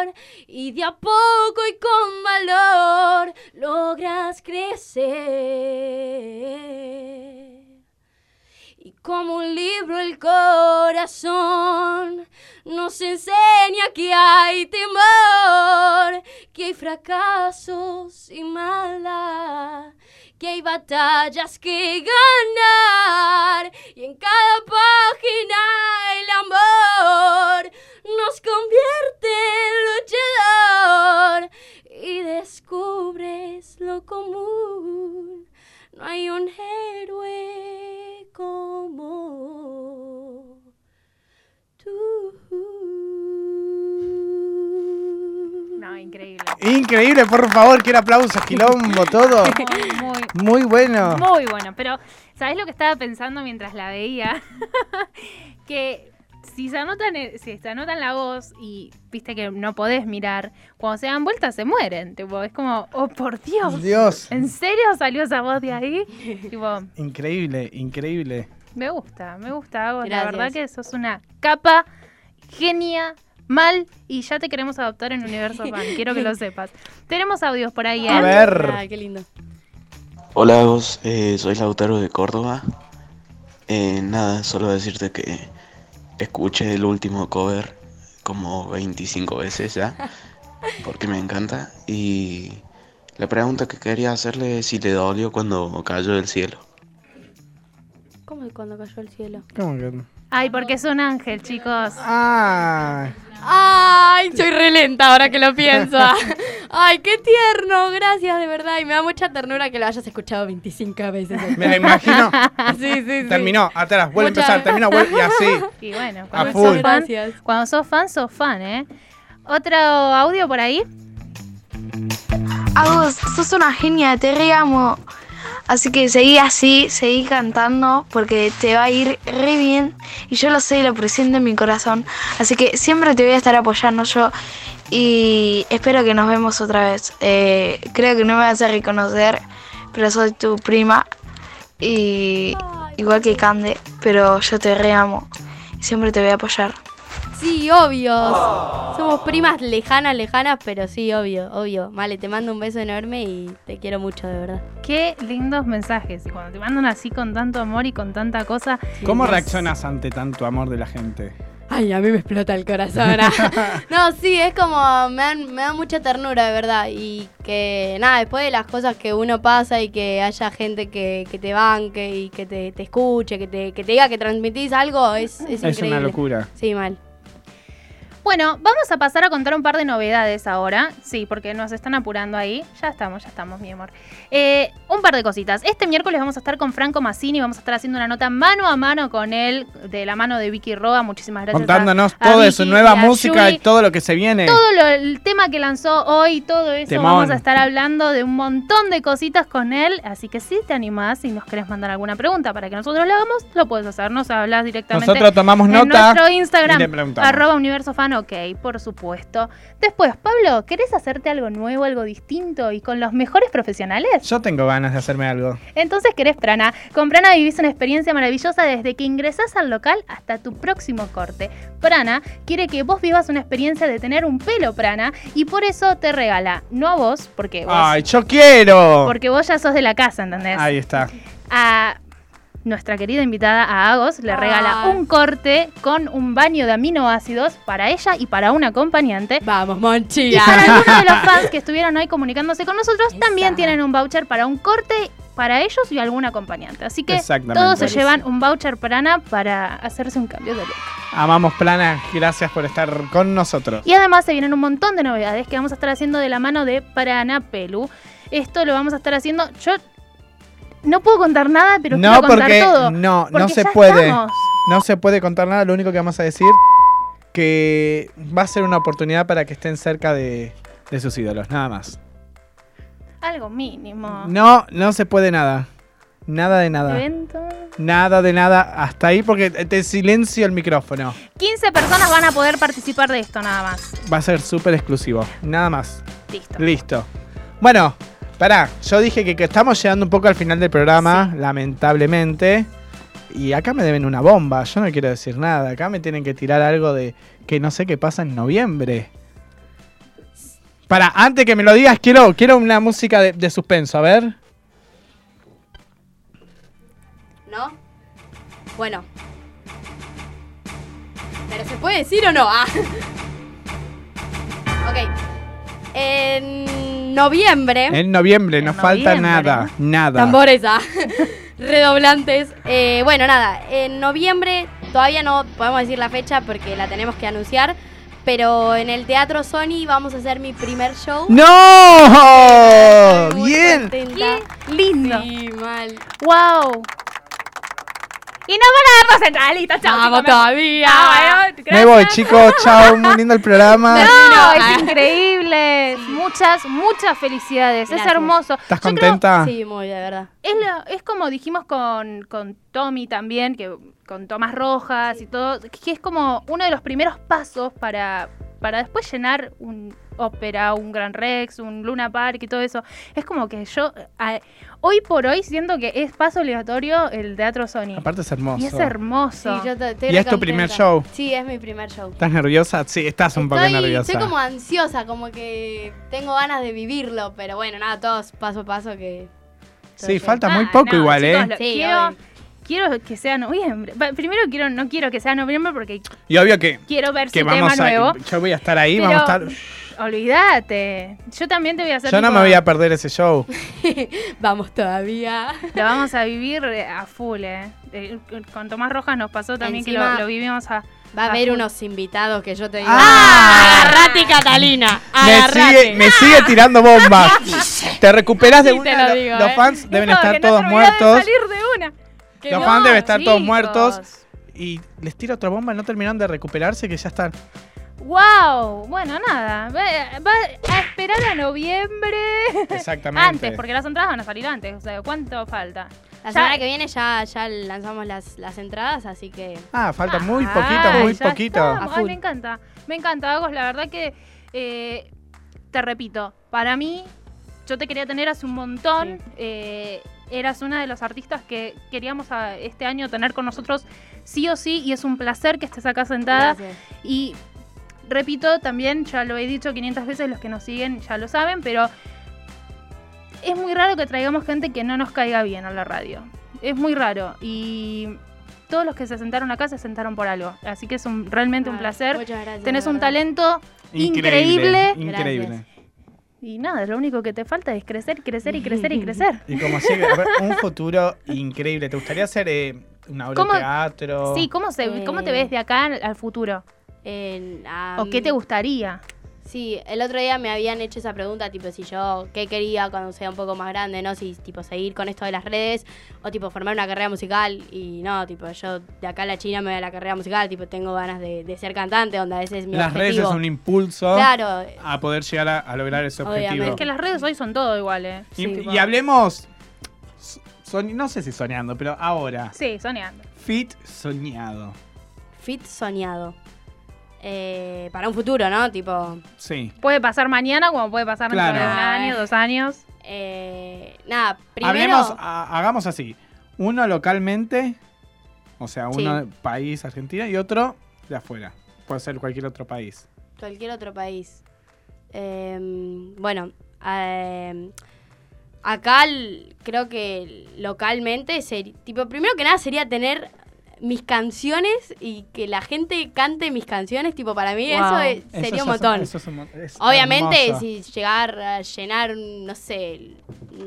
dolor y de a poco y con valor logras crecer. Y como un libro el corazón nos enseña que hay temor, que hay fracasos y maldad, que hay batallas que ganar y en cada página el amor nos convierte en luchador y descubres lo común. No hay un héroe como tú.
No, increíble.
Increíble, por favor, quiero aplausos, quilombo, todo.
Muy, muy,
Muy bueno.
Muy bueno, pero ¿sabes lo que estaba pensando mientras la veía? que si se anotan el- si se anotan la voz y viste que no podés mirar, cuando se dan vueltas se mueren. Tipo, es como, oh por Dios.
Dios.
¿En serio salió esa voz de ahí? Tipo,
Increíble, increíble.
me gusta, me gusta, Agos. La
Gracias.
verdad que sos una capa, genia, mal, y ya te queremos adoptar en Universo Fan. Quiero que lo sepas. Tenemos audios por ahí,
A
¿eh?
ver.
Ay, qué lindo.
Hola, vos, eh, soy Lautaro de Córdoba. Eh, nada, solo decirte que escuché el último cover como 25 veces ya, porque me encanta. Y la pregunta que quería hacerle es si le dolió cuando cayó del cielo.
¿Cómo es cuando cayó el cielo?
¿Cómo que?
Ay, porque es un ángel, chicos.
Ah,
Ay, soy relenta ahora que lo pienso. Ay, qué tierno, gracias de verdad. Y me da mucha ternura que lo hayas escuchado 25 veces.
me la imagino.
Sí, sí, sí.
Terminó, atrás, vuelve
Muchas
a empezar, terminó, vuelve y así.
Y bueno,
A
cuando
full.
sos, fan,
Gracias.
cuando sos fan, sos fan, ¿eh? ¿Otro audio por ahí?
Agos, sos una genia, te re amo. Así que seguí así, seguí cantando porque te va a ir re bien y yo lo sé y lo presiento en mi corazón. Así que siempre te voy a estar apoyando yo y espero que nos vemos otra vez. Eh, creo que no me vas a reconocer, pero soy tu prima y igual que Cande, pero yo te re amo y siempre te voy a apoyar.
Sí, obvio. Somos primas lejanas, lejanas, pero sí, obvio, obvio. Vale, te mando un beso enorme y te quiero mucho, de verdad.
Qué lindos mensajes. Y cuando te mandan así con tanto amor y con tanta cosa,
¿Cómo
Gracias.
reaccionas ante tanto amor de la gente?
Ay, a mí me explota el corazón. ah. no, sí, es como, me, dan- me da mucha ternura, de verdad. Y que, nada, después de las cosas que uno pasa y que haya gente que, que te banque y que te, te escuche, que te, que te diga que transmitís algo, es,
Es
es, increíble.
una locura.
Sí, mal.
Bueno, vamos a pasar a contar un par de novedades ahora. Sí, porque nos están apurando ahí. Ya estamos, ya estamos, mi amor. Eh, un un par de cositas. Este miércoles vamos a estar con Franco Massini, vamos a estar haciendo una nota mano a mano con él, de la mano de Vicky Roa. Muchísimas gracias. a-
Contándonos
a
todo de
Vicky
su nueva
y a
música
Yuri.
y todo lo que se viene.
Todo lo- el tema que lanzó hoy, todo eso,
Temón.
vamos a estar hablando de un montón de cositas con él. Así que si te animás y nos querés mandar alguna pregunta para que nosotros la hagamos, lo puedes hacer. Nos hablas directamente
Nosotros tomamos
en
nota.
nuestro
y le
Instagram,
preguntamos.
arroba universo fan, ok, por supuesto. Después, Pablo, ¿querés hacerte algo nuevo, algo distinto y con los mejores profesionales?
Yo tengo ganas de hacerme algo.
Entonces querés Prana. Con Prana vivís una experiencia maravillosa desde que ingresás al local hasta tu próximo corte. Prana quiere que vos vivas una experiencia de tener un pelo Prana y por eso te regala, no a vos, porque vos,
¡Ay, yo quiero!
porque vos ya sos de la casa, ¿entendés?
Ahí está.
A nuestra querida invitada a Agos le
Ay.
regala un corte con un baño de aminoácidos para ella y para un acompañante.
Vamos,
Y
Monchilla.
para algunos de los fans que estuvieron hoy comunicándose con nosotros,
Esa.
también tienen un voucher para un corte para ellos y algún acompañante. Así que
Exactamente.
todos se
Buenísimo.
llevan un voucher prana para hacerse un cambio de look.
Amamos Plana, gracias por estar con nosotros.
Y además se vienen un montón de novedades que vamos a estar haciendo de la mano de Prana Pelu. Esto lo vamos a estar haciendo. Yo no puedo contar nada, pero
no,
quiero contar
porque
todo.
no, no
porque
se
ya
puede.
estamos.
No se puede contar nada, lo único que vamos a decir que va a ser una oportunidad para que estén cerca de, de sus ídolos, nada más.
Algo mínimo.
No, no se puede nada. Nada de nada.
Evento.
Nada de nada hasta ahí porque te silencio el micrófono.
15 personas van a poder participar de esto nada más.
Va a ser súper exclusivo. Nada más.
Listo.
Listo. Bueno, pará. Yo dije que, que estamos llegando un poco al final del programa, lamentablemente. Y acá me deben una bomba. Yo no quiero decir nada. Acá me tienen que tirar algo de que no sé qué pasa en noviembre. Para, antes que me lo digas, quiero, quiero una música de, de suspenso. A ver.
¿No? Bueno. ¿Pero se puede decir o no? Ah. Ok. En noviembre.
En noviembre,
En
no falta
noviembre,
nada. Nada.
Tambores, ah. Redoblantes. Eh, bueno, nada. En noviembre todavía no podemos decir la fecha porque la tenemos que anunciar. Pero en el Teatro Sony vamos a hacer mi primer show.
¡No!
Estoy muy
Bien.
contenta.
Qué lindo.
Sí, mal.
¡Wow! Y nos van a dar dos centralitas, chao.
Vamos
chicos, me voy.
todavía.
Ah, bueno,
Me
gracias.
voy, chicos. Chao. Muy lindo el programa.
No,
Ah.
es increíble. Muchas, muchas felicidades.
Gracias.
Es hermoso.
¿Estás
Yo creo-
contenta?
Sí, muy, de verdad.
es, lo- es como dijimos con, con Tommy también, que con Tomás Rojas y todo, que es como uno de los primeros pasos para, para después llenar un ópera, un Gran Rex, un Luna Park y todo eso. Es como que yo, a- hoy por hoy, siento que es paso obligatorio el Teatro Sony.
Aparte es hermoso.
Y es hermoso.
¿Y es tu primer show?
Sí, es mi primer show.
¿Estás nerviosa? Sí, estás un poco
estoy,
nerviosa.
estoy como ansiosa, como que tengo ganas de vivirlo, pero bueno, nada, todos paso a paso que...
Sí, falta
Ah,
muy poco
no,
igual,
chicos,
¿eh?
lo-
Sí,
quiero,
obvio.
quiero que sea noviembre. Va, Primero quiero, no quiero que sea noviembre porque
Y obvio que,
quiero ver
que
su
vamos
tema
a...
nuevo.
Yo voy a estar ahí,
Pero-
vamos a estar...
Olvídate. Yo también te voy a hacer.
Yo no
tipo,
me voy a perder ese show.
Vamos todavía.
Lo vamos a vivir eh, a full, ¿eh? Eh, Con Tomás Rojas nos pasó también que
Encima-
lo, lo vivimos a.
Va a haber
Ah,
unos invitados que yo te digo.
¡Ah!
¡Agarrate, Catalina!
Me sigue, me sigue tirando bombas. Te recuperás de
Sí, te
una.
lo
lo-
digo,
los
¿eh?
fans deben
No, que
estar
no
todos
terminás de
muertos.
salir de una.
Que
Los
no.
fans deben estar todos muertos.
Chicos.
Y les tiro otra bomba, no terminaron de recuperarse, que ya están.
¡Wow! Bueno, nada. Va, va a esperar a noviembre.
Exactamente.
Antes, porque las entradas van a salir antes. O sea, ¿cuánto falta?
La
Ya-
semana que viene ya, ya lanzamos las, las entradas, así que.
Ah, falta muy
Ah,
poquito, muy
ya
poquito.
estamos.
A
Ay,
full.
me encanta. Me encanta, Agos. La verdad que, eh, te repito, para mí, yo te quería tener hace un montón. eh, eras una de los artistas que queríamos a- este año tener con nosotros sí o sí. Y es un placer que estés acá sentada.
Gracias.
Y repito, también ya lo he dicho 500 veces, los que nos siguen ya lo saben, pero es muy raro que traigamos gente que no nos caiga bien a la radio. Es muy raro. Y todos los que se sentaron acá se sentaron por algo. Así que es un, realmente un
Ah,
placer.
muchas gracias,
Tenés
de
un
verdad.
talento
Increíble.
increíble.
Increíble.
Gracias.
Y nada, lo único que te falta es crecer, crecer y crecer y crecer.
Y como sigue, a ver, un futuro increíble. ¿Te gustaría hacer eh, una obra
¿Cómo?
de teatro?
Sí, ¿cómo, se, ¿cómo te
Eh.
ves de acá al futuro?
En, ah,
¿O qué te gustaría?
Sí, el otro día me habían hecho esa pregunta, tipo, si yo qué quería cuando sea un poco más grande, ¿no? Si, tipo, seguir con esto de las redes o, tipo, formar una carrera musical. Y no, tipo, yo de acá a la China me voy a la carrera musical, tipo, tengo ganas de, de ser cantante, onda, ese es mi
Las redes es
objetivo.
un impulso
Claro.
a poder llegar a, a lograr ese
Obviamente.
objetivo.
Es que las redes hoy son todo igual, ¿eh?
Y,
Sí,
y hablemos, so- soñ- no sé si soñando, pero ahora,
Sí, soñando.
fit soñado.
Fit soñado. Eh, para un futuro, ¿no? Tipo,
Sí.
Puede pasar mañana como puede pasar dentro
Claro.
de un año, dos años.
eh, nada, primero...
Hablemos, ha- hagamos así. Uno localmente, o sea, uno país Argentina y otro de afuera. Puede ser cualquier otro país.
Cualquier otro país. Eh, bueno, eh, acá l- creo que localmente, seri- tipo, primero que nada sería tener mis canciones y que la gente cante mis canciones, tipo, para mí
Wow.
eso es-
Eso
sería
es-
un montón.
eso es un mon- es
Obviamente,
hermoso.
si llegar a llenar, no sé, el-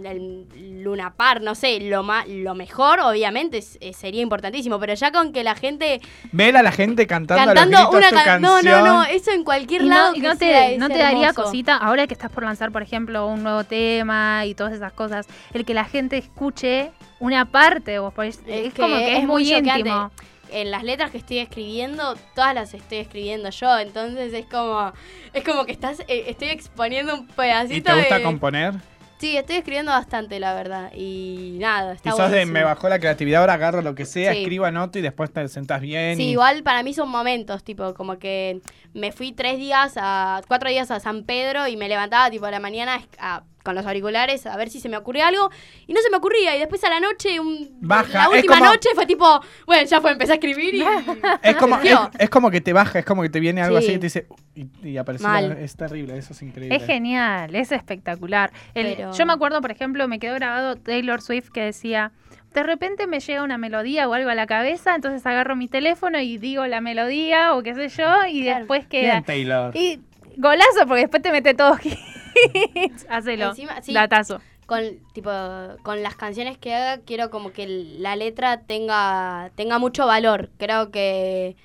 el Luna Par, no sé, lo, ma- lo mejor, obviamente, es- eh, sería importantísimo, pero ya con que la gente
Ver a la gente cantando,
cantando
a los gritos
una
tu
can-
canción.
No, no, no, eso en cualquier
Y
lado.
no,
que
y no
sea,
te,
es
no te daría
hermoso.
cosita, ahora que estás por lanzar, por ejemplo, un nuevo tema y todas esas cosas, el que la gente escuche una parte de vos, porque es,
Es
es como
que
que
es
es,
muy
muy
choqueante.
íntimo.
En las letras que estoy escribiendo, todas las estoy escribiendo yo, entonces es como es como que estás eh, estoy exponiendo un pedacito
¿Y te gusta
de-
componer?
Sí, estoy escribiendo bastante, la verdad, y nada, está
Y sos de
buenísimo.
me bajó la creatividad, ahora agarro lo que sea,
Sí.
escribo, anoto y después te sentás bien.
Sí,
y-
igual para mí son momentos, tipo, como que me fui tres días a, cuatro días a San Pedro y me levantaba, tipo, a la mañana es- a- con los auriculares a ver si se me ocurría algo y no se me ocurría y después a la noche, un-
Baja,
la
es
última
como-
noche fue tipo, bueno, ya fue, empecé a escribir y...
Es como, es,
surgió.
es como que te baja, es como que te viene algo
Sí.
así y te dice. Y, y aparece.
Mal.
la- es terrible, eso es increíble.
Es genial, es espectacular. El-
Pero-
Yo me acuerdo, por ejemplo, me quedó grabado Taylor Swift que decía, de repente me llega una melodía o algo a la cabeza, entonces agarro mi teléfono y digo la melodía o qué sé yo, y
Claro.
después queda.
Bien, Taylor.
Y golazo, porque después te mete todos hits. Hacelo.
Encima, sí.
Datazo.
con tipo con las canciones que haga quiero como que la letra tenga tenga mucho valor creo que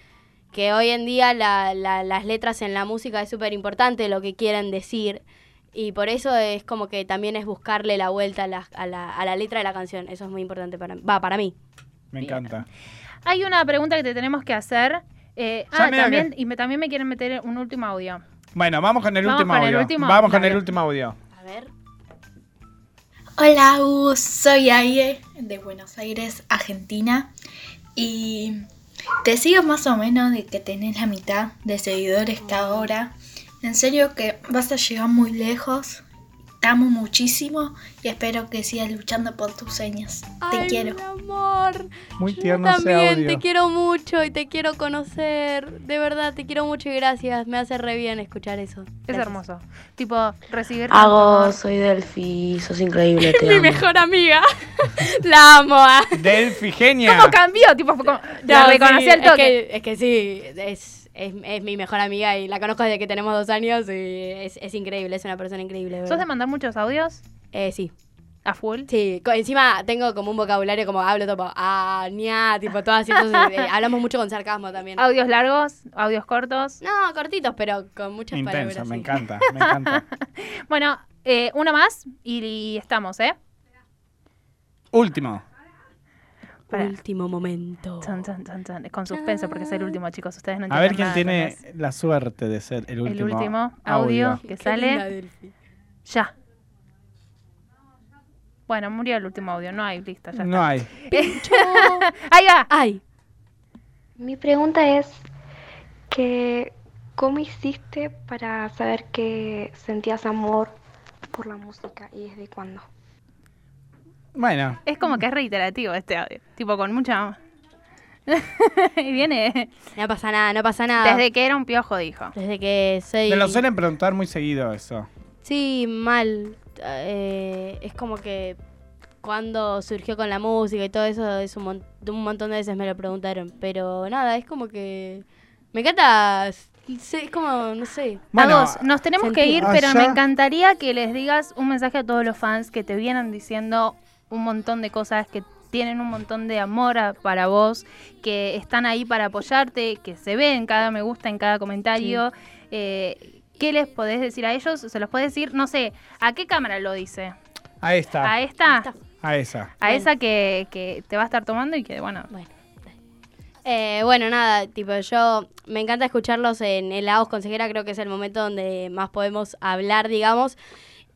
que hoy en día la- la- las letras en la música es súper importante lo que quieren decir y por eso es como que también es buscarle la vuelta a la, a la, a la letra de la canción eso es muy importante para va para mí
Me encanta.
Hay una pregunta que te tenemos que hacer. Eh,
Ya
ah,
mira
también, y me, también me quieren meter un último audio.
Bueno, vamos con el
Vamos
último
con el
audio.
último,
vamos con
dale.
el último audio.
a ver
Hola, Agus, soy Aie de Buenos Aires, Argentina. Y te sigo más o menos de que tenés la mitad de seguidores que ahora. En serio que vas a llegar muy lejos. Te amo muchísimo y espero que sigas luchando por tus sueños. Te
Ay,
quiero.
mi amor
Muy
Yo
tierno ese
también
audio.
te quiero mucho y te quiero conocer de verdad te quiero mucho y gracias me hace re bien escuchar eso
Es
Gracias.
hermoso. Tipo, recibir. tanto
Hago,
amor.
soy Delphi, sos increíble, te
mi
amo.
mejor amiga. La amo. ah.
Delphi, genia.
¿Cómo cambió? Tipo, fue como- la
No,
reconocí
sí,
al
es
toque.
que- Es que, sí, es, es, es mi mejor amiga y la conozco desde que tenemos dos años y es, es increíble, es una persona increíble. de
¿Sos
verdad.
de mandar muchos audios?
Eh, sí,
¿A full?
sí. Co- encima tengo como un vocabulario como hablo tipo, ah, ña, tipo todo así. entonces, eh, hablamos mucho con sarcasmo también.
¿Audios largos? ¿Audios cortos?
No, cortitos, pero con muchas
Intenso,
palabras.
me
sí.
encanta, me encanta.
Bueno, eh, uno más y, y estamos, ¿eh?
Último.
Pará.
Último momento.
Chan, chan, chan, chan. Es con suspenso porque es el último, chicos. Ustedes no
A ver
entienden
quién
nada,
tiene
entonces.
la suerte de ser el último.
el último audio,
audio.
que
Qué
sale.
linda, Delphi.
Ya. Bueno, murió el último audio. No hay, listo, ya
No hay.
está. Ahí va.
Ay,
Mi pregunta es que ¿cómo hiciste para saber que sentías amor por la música y desde cuándo?
Bueno,
Es como que es reiterativo este audio. Tipo, con mucha. y viene.
no pasa nada, no pasa nada.
Desde que era un piojo, dijo.
Desde que soy...
me lo suelen preguntar muy seguido eso.
Sí, mal. Eh, es como que cuando surgió con la música y todo eso, es un, mon- un montón de veces me lo preguntaron. Pero nada, es como que. Me encanta. s- sé, Es como, no sé.
Bueno,
Agos, nos tenemos que ir,
sentido.
pero me
Allá-
encantaría que les digas un mensaje a todos los fans que te vienen diciendo un montón de cosas, que tienen un montón de amor a- para vos, que están ahí para apoyarte, que se ve en cada me gusta, en cada comentario, eh, ¿Qué les podés decir a ellos? Se los podés decir, no sé, ¿a qué cámara lo dice?
A esta.
¿A e- esta?
A esa.
A esa que, que te va a estar tomando y que, bueno.
Eh, bueno, nada, tipo, yo me encanta escucharlos en el Laos Consejera, creo que es el momento donde más podemos hablar, digamos,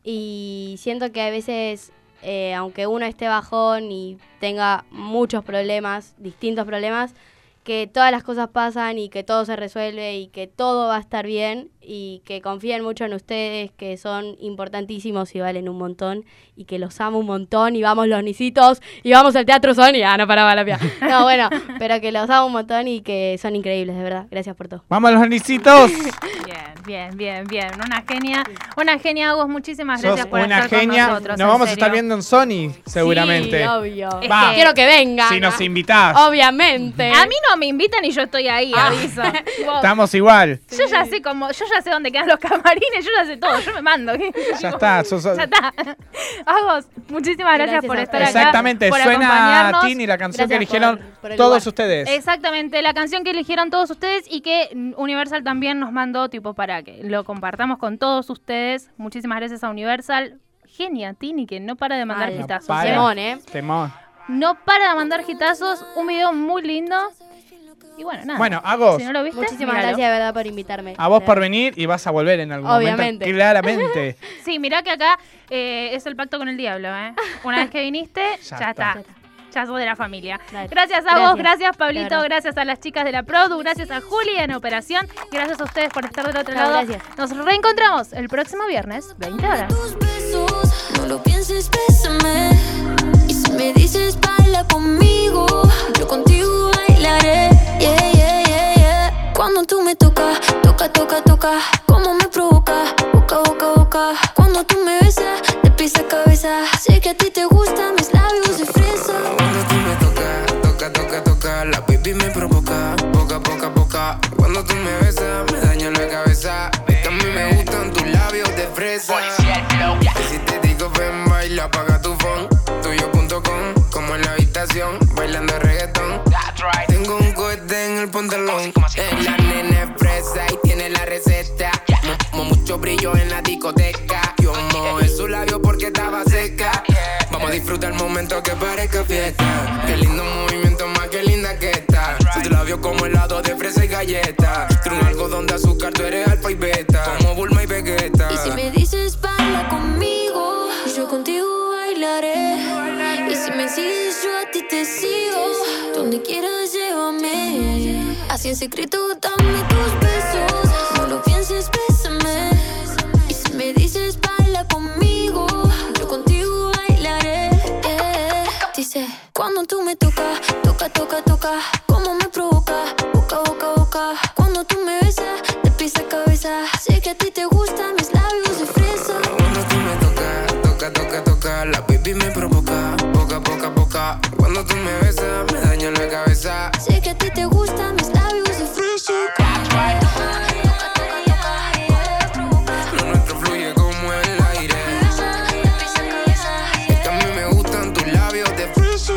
y siento que a veces, eh, aunque uno esté bajón y tenga muchos problemas, distintos problemas, que todas las cosas pasan y que todo se resuelve y que todo va a estar bien y que confíen mucho en ustedes, que son importantísimos y valen un montón y que los amo un montón y vamos los nisitos y vamos al Teatro Sony. Ah, no paraba la pia. No, bueno, pero que los amo un montón y que son increíbles, de verdad. Gracias por todo.
¡Vamos, los anisitos!
Bien, bien, bien, bien. Una genia. Una genia, Agus. Muchísimas
Sos
gracias por
una
estar
genia.
con nosotros.
nos
en
vamos a
serio.
estar viendo en Sony, seguramente.
Sí, obvio.
Es
Va.
que-
Eh, Quiero que vengan.
Si nos invitás,
Obviamente.
Eh,
A mí no me invitan y yo estoy ahí,
Ah.
aviso. Wow.
estamos igual.
Yo ya sé cómo, yo ya sé dónde quedan los camarines, yo ya sé todo, yo me mando.
Ya está. sos-
Ya está. Agos, muchísimas gracias,
Gracias
por
a
estar acá.
Exactamente,
por
suena a
acompañarnos.
Tini la canción que
Gracias
eligieron
por- por el
todos
lugar.
ustedes.
Exactamente, la canción que eligieron todos ustedes y que mm, Universal también nos mandó tipo para que lo compartamos con todos ustedes. Muchísimas gracias a Universal. Genia, Tini, que no para de mandar
Ay, no
hitazos.
Para.
¿eh?
Simón, ¿eh?
Temón.
No para de mandar hitazos, un video muy lindo. Y bueno, nada.
Bueno, Agos.
Si no lo viste,
Muchísimas
míralo.
gracias de verdad por invitarme.
A vos
De
por venir y vas a volver en algún momento.
Obviamente.
Claramente.
Sí, mirá que acá eh, es el pacto con el diablo, ¿eh? Una vez que viniste, ya,
Ya
está.
está.
Ya sos de la familia.
Dale.
Gracias a vos,
Gracias.
gracias
De
Pablito,
verdad.
gracias a las chicas de la Produ, gracias a Juli en Operación, gracias a ustedes por estar del otro
No,
lado.
gracias.
Nos reencontramos el próximo viernes, 20 horas.
tus besos. No lo pienses, bésame. Y si me dices baila conmigo, yo contigo bailaré. Yeah, yeah, yeah, yeah. Cuando tú me tocas, toca, toca, toca. Como me provoca, boca, boca, boca. Cuando tú me besas, te pisa cabeza. Sé que a ti te gustan mis labios de fresa.
Cuando tú me tocas, toca, toca, toca, la baby me provoca, poca, poca, poca. Cuando tú me besas, me daña la cabeza. Es que a mí me gustan tus labios de fresa. Y si te digo ven, baila, apaga tu phone. Tuyo.com, como en la habitación, bailando reggaetón. Tengo un cohete en el pantalón. Eh, la nena es fresa y tiene la receta. Mu- mu- mucho brillo en la discoteca. Yo mojé su labio porque estaba seca. Vamos a disfrutar el momento que parezca fiesta. Qué lindo movimiento, más que linda que está. Sus labios como helado de fresa y galleta. Tú un algodón de azúcar, tú eres alfa y beta. Como Bulma y Vegeta.
Y si me dices baila conmigo, yo contigo bailaré. Y si me sigues, yo a ti te sigo. Donde quieras, llévame. Así en secreto, dame tus besos. No lo pienses, bésame. Y si me dices baila conmigo, yo contigo bailaré. Eh, Dice, cuando tú me tocas, toca, toca, toca. Como me provoca, boca, boca, boca. Cuando tú me besas, te pisa cabeza. Sé que a ti te gustan mis labios de fresa.
Cuando tú me tocas, toca, toca, toca, la baby me provoca, poca, poca, poca. Cuando tú me besas, me daña la cabeza.
Sé que a ti te gustan mis labios de fresa.
Lo nuestro fluye como el aire. Es que a mí me gustan tus labios de fresa.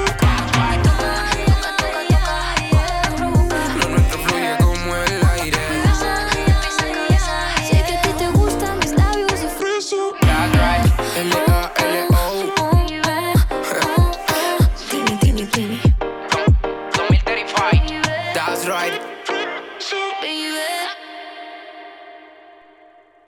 Lo nuestro fluye como el aire.
Sé que a ti te gustan mis labios de fresa.
L-A-L-O.
Oh, yeah.
That's right.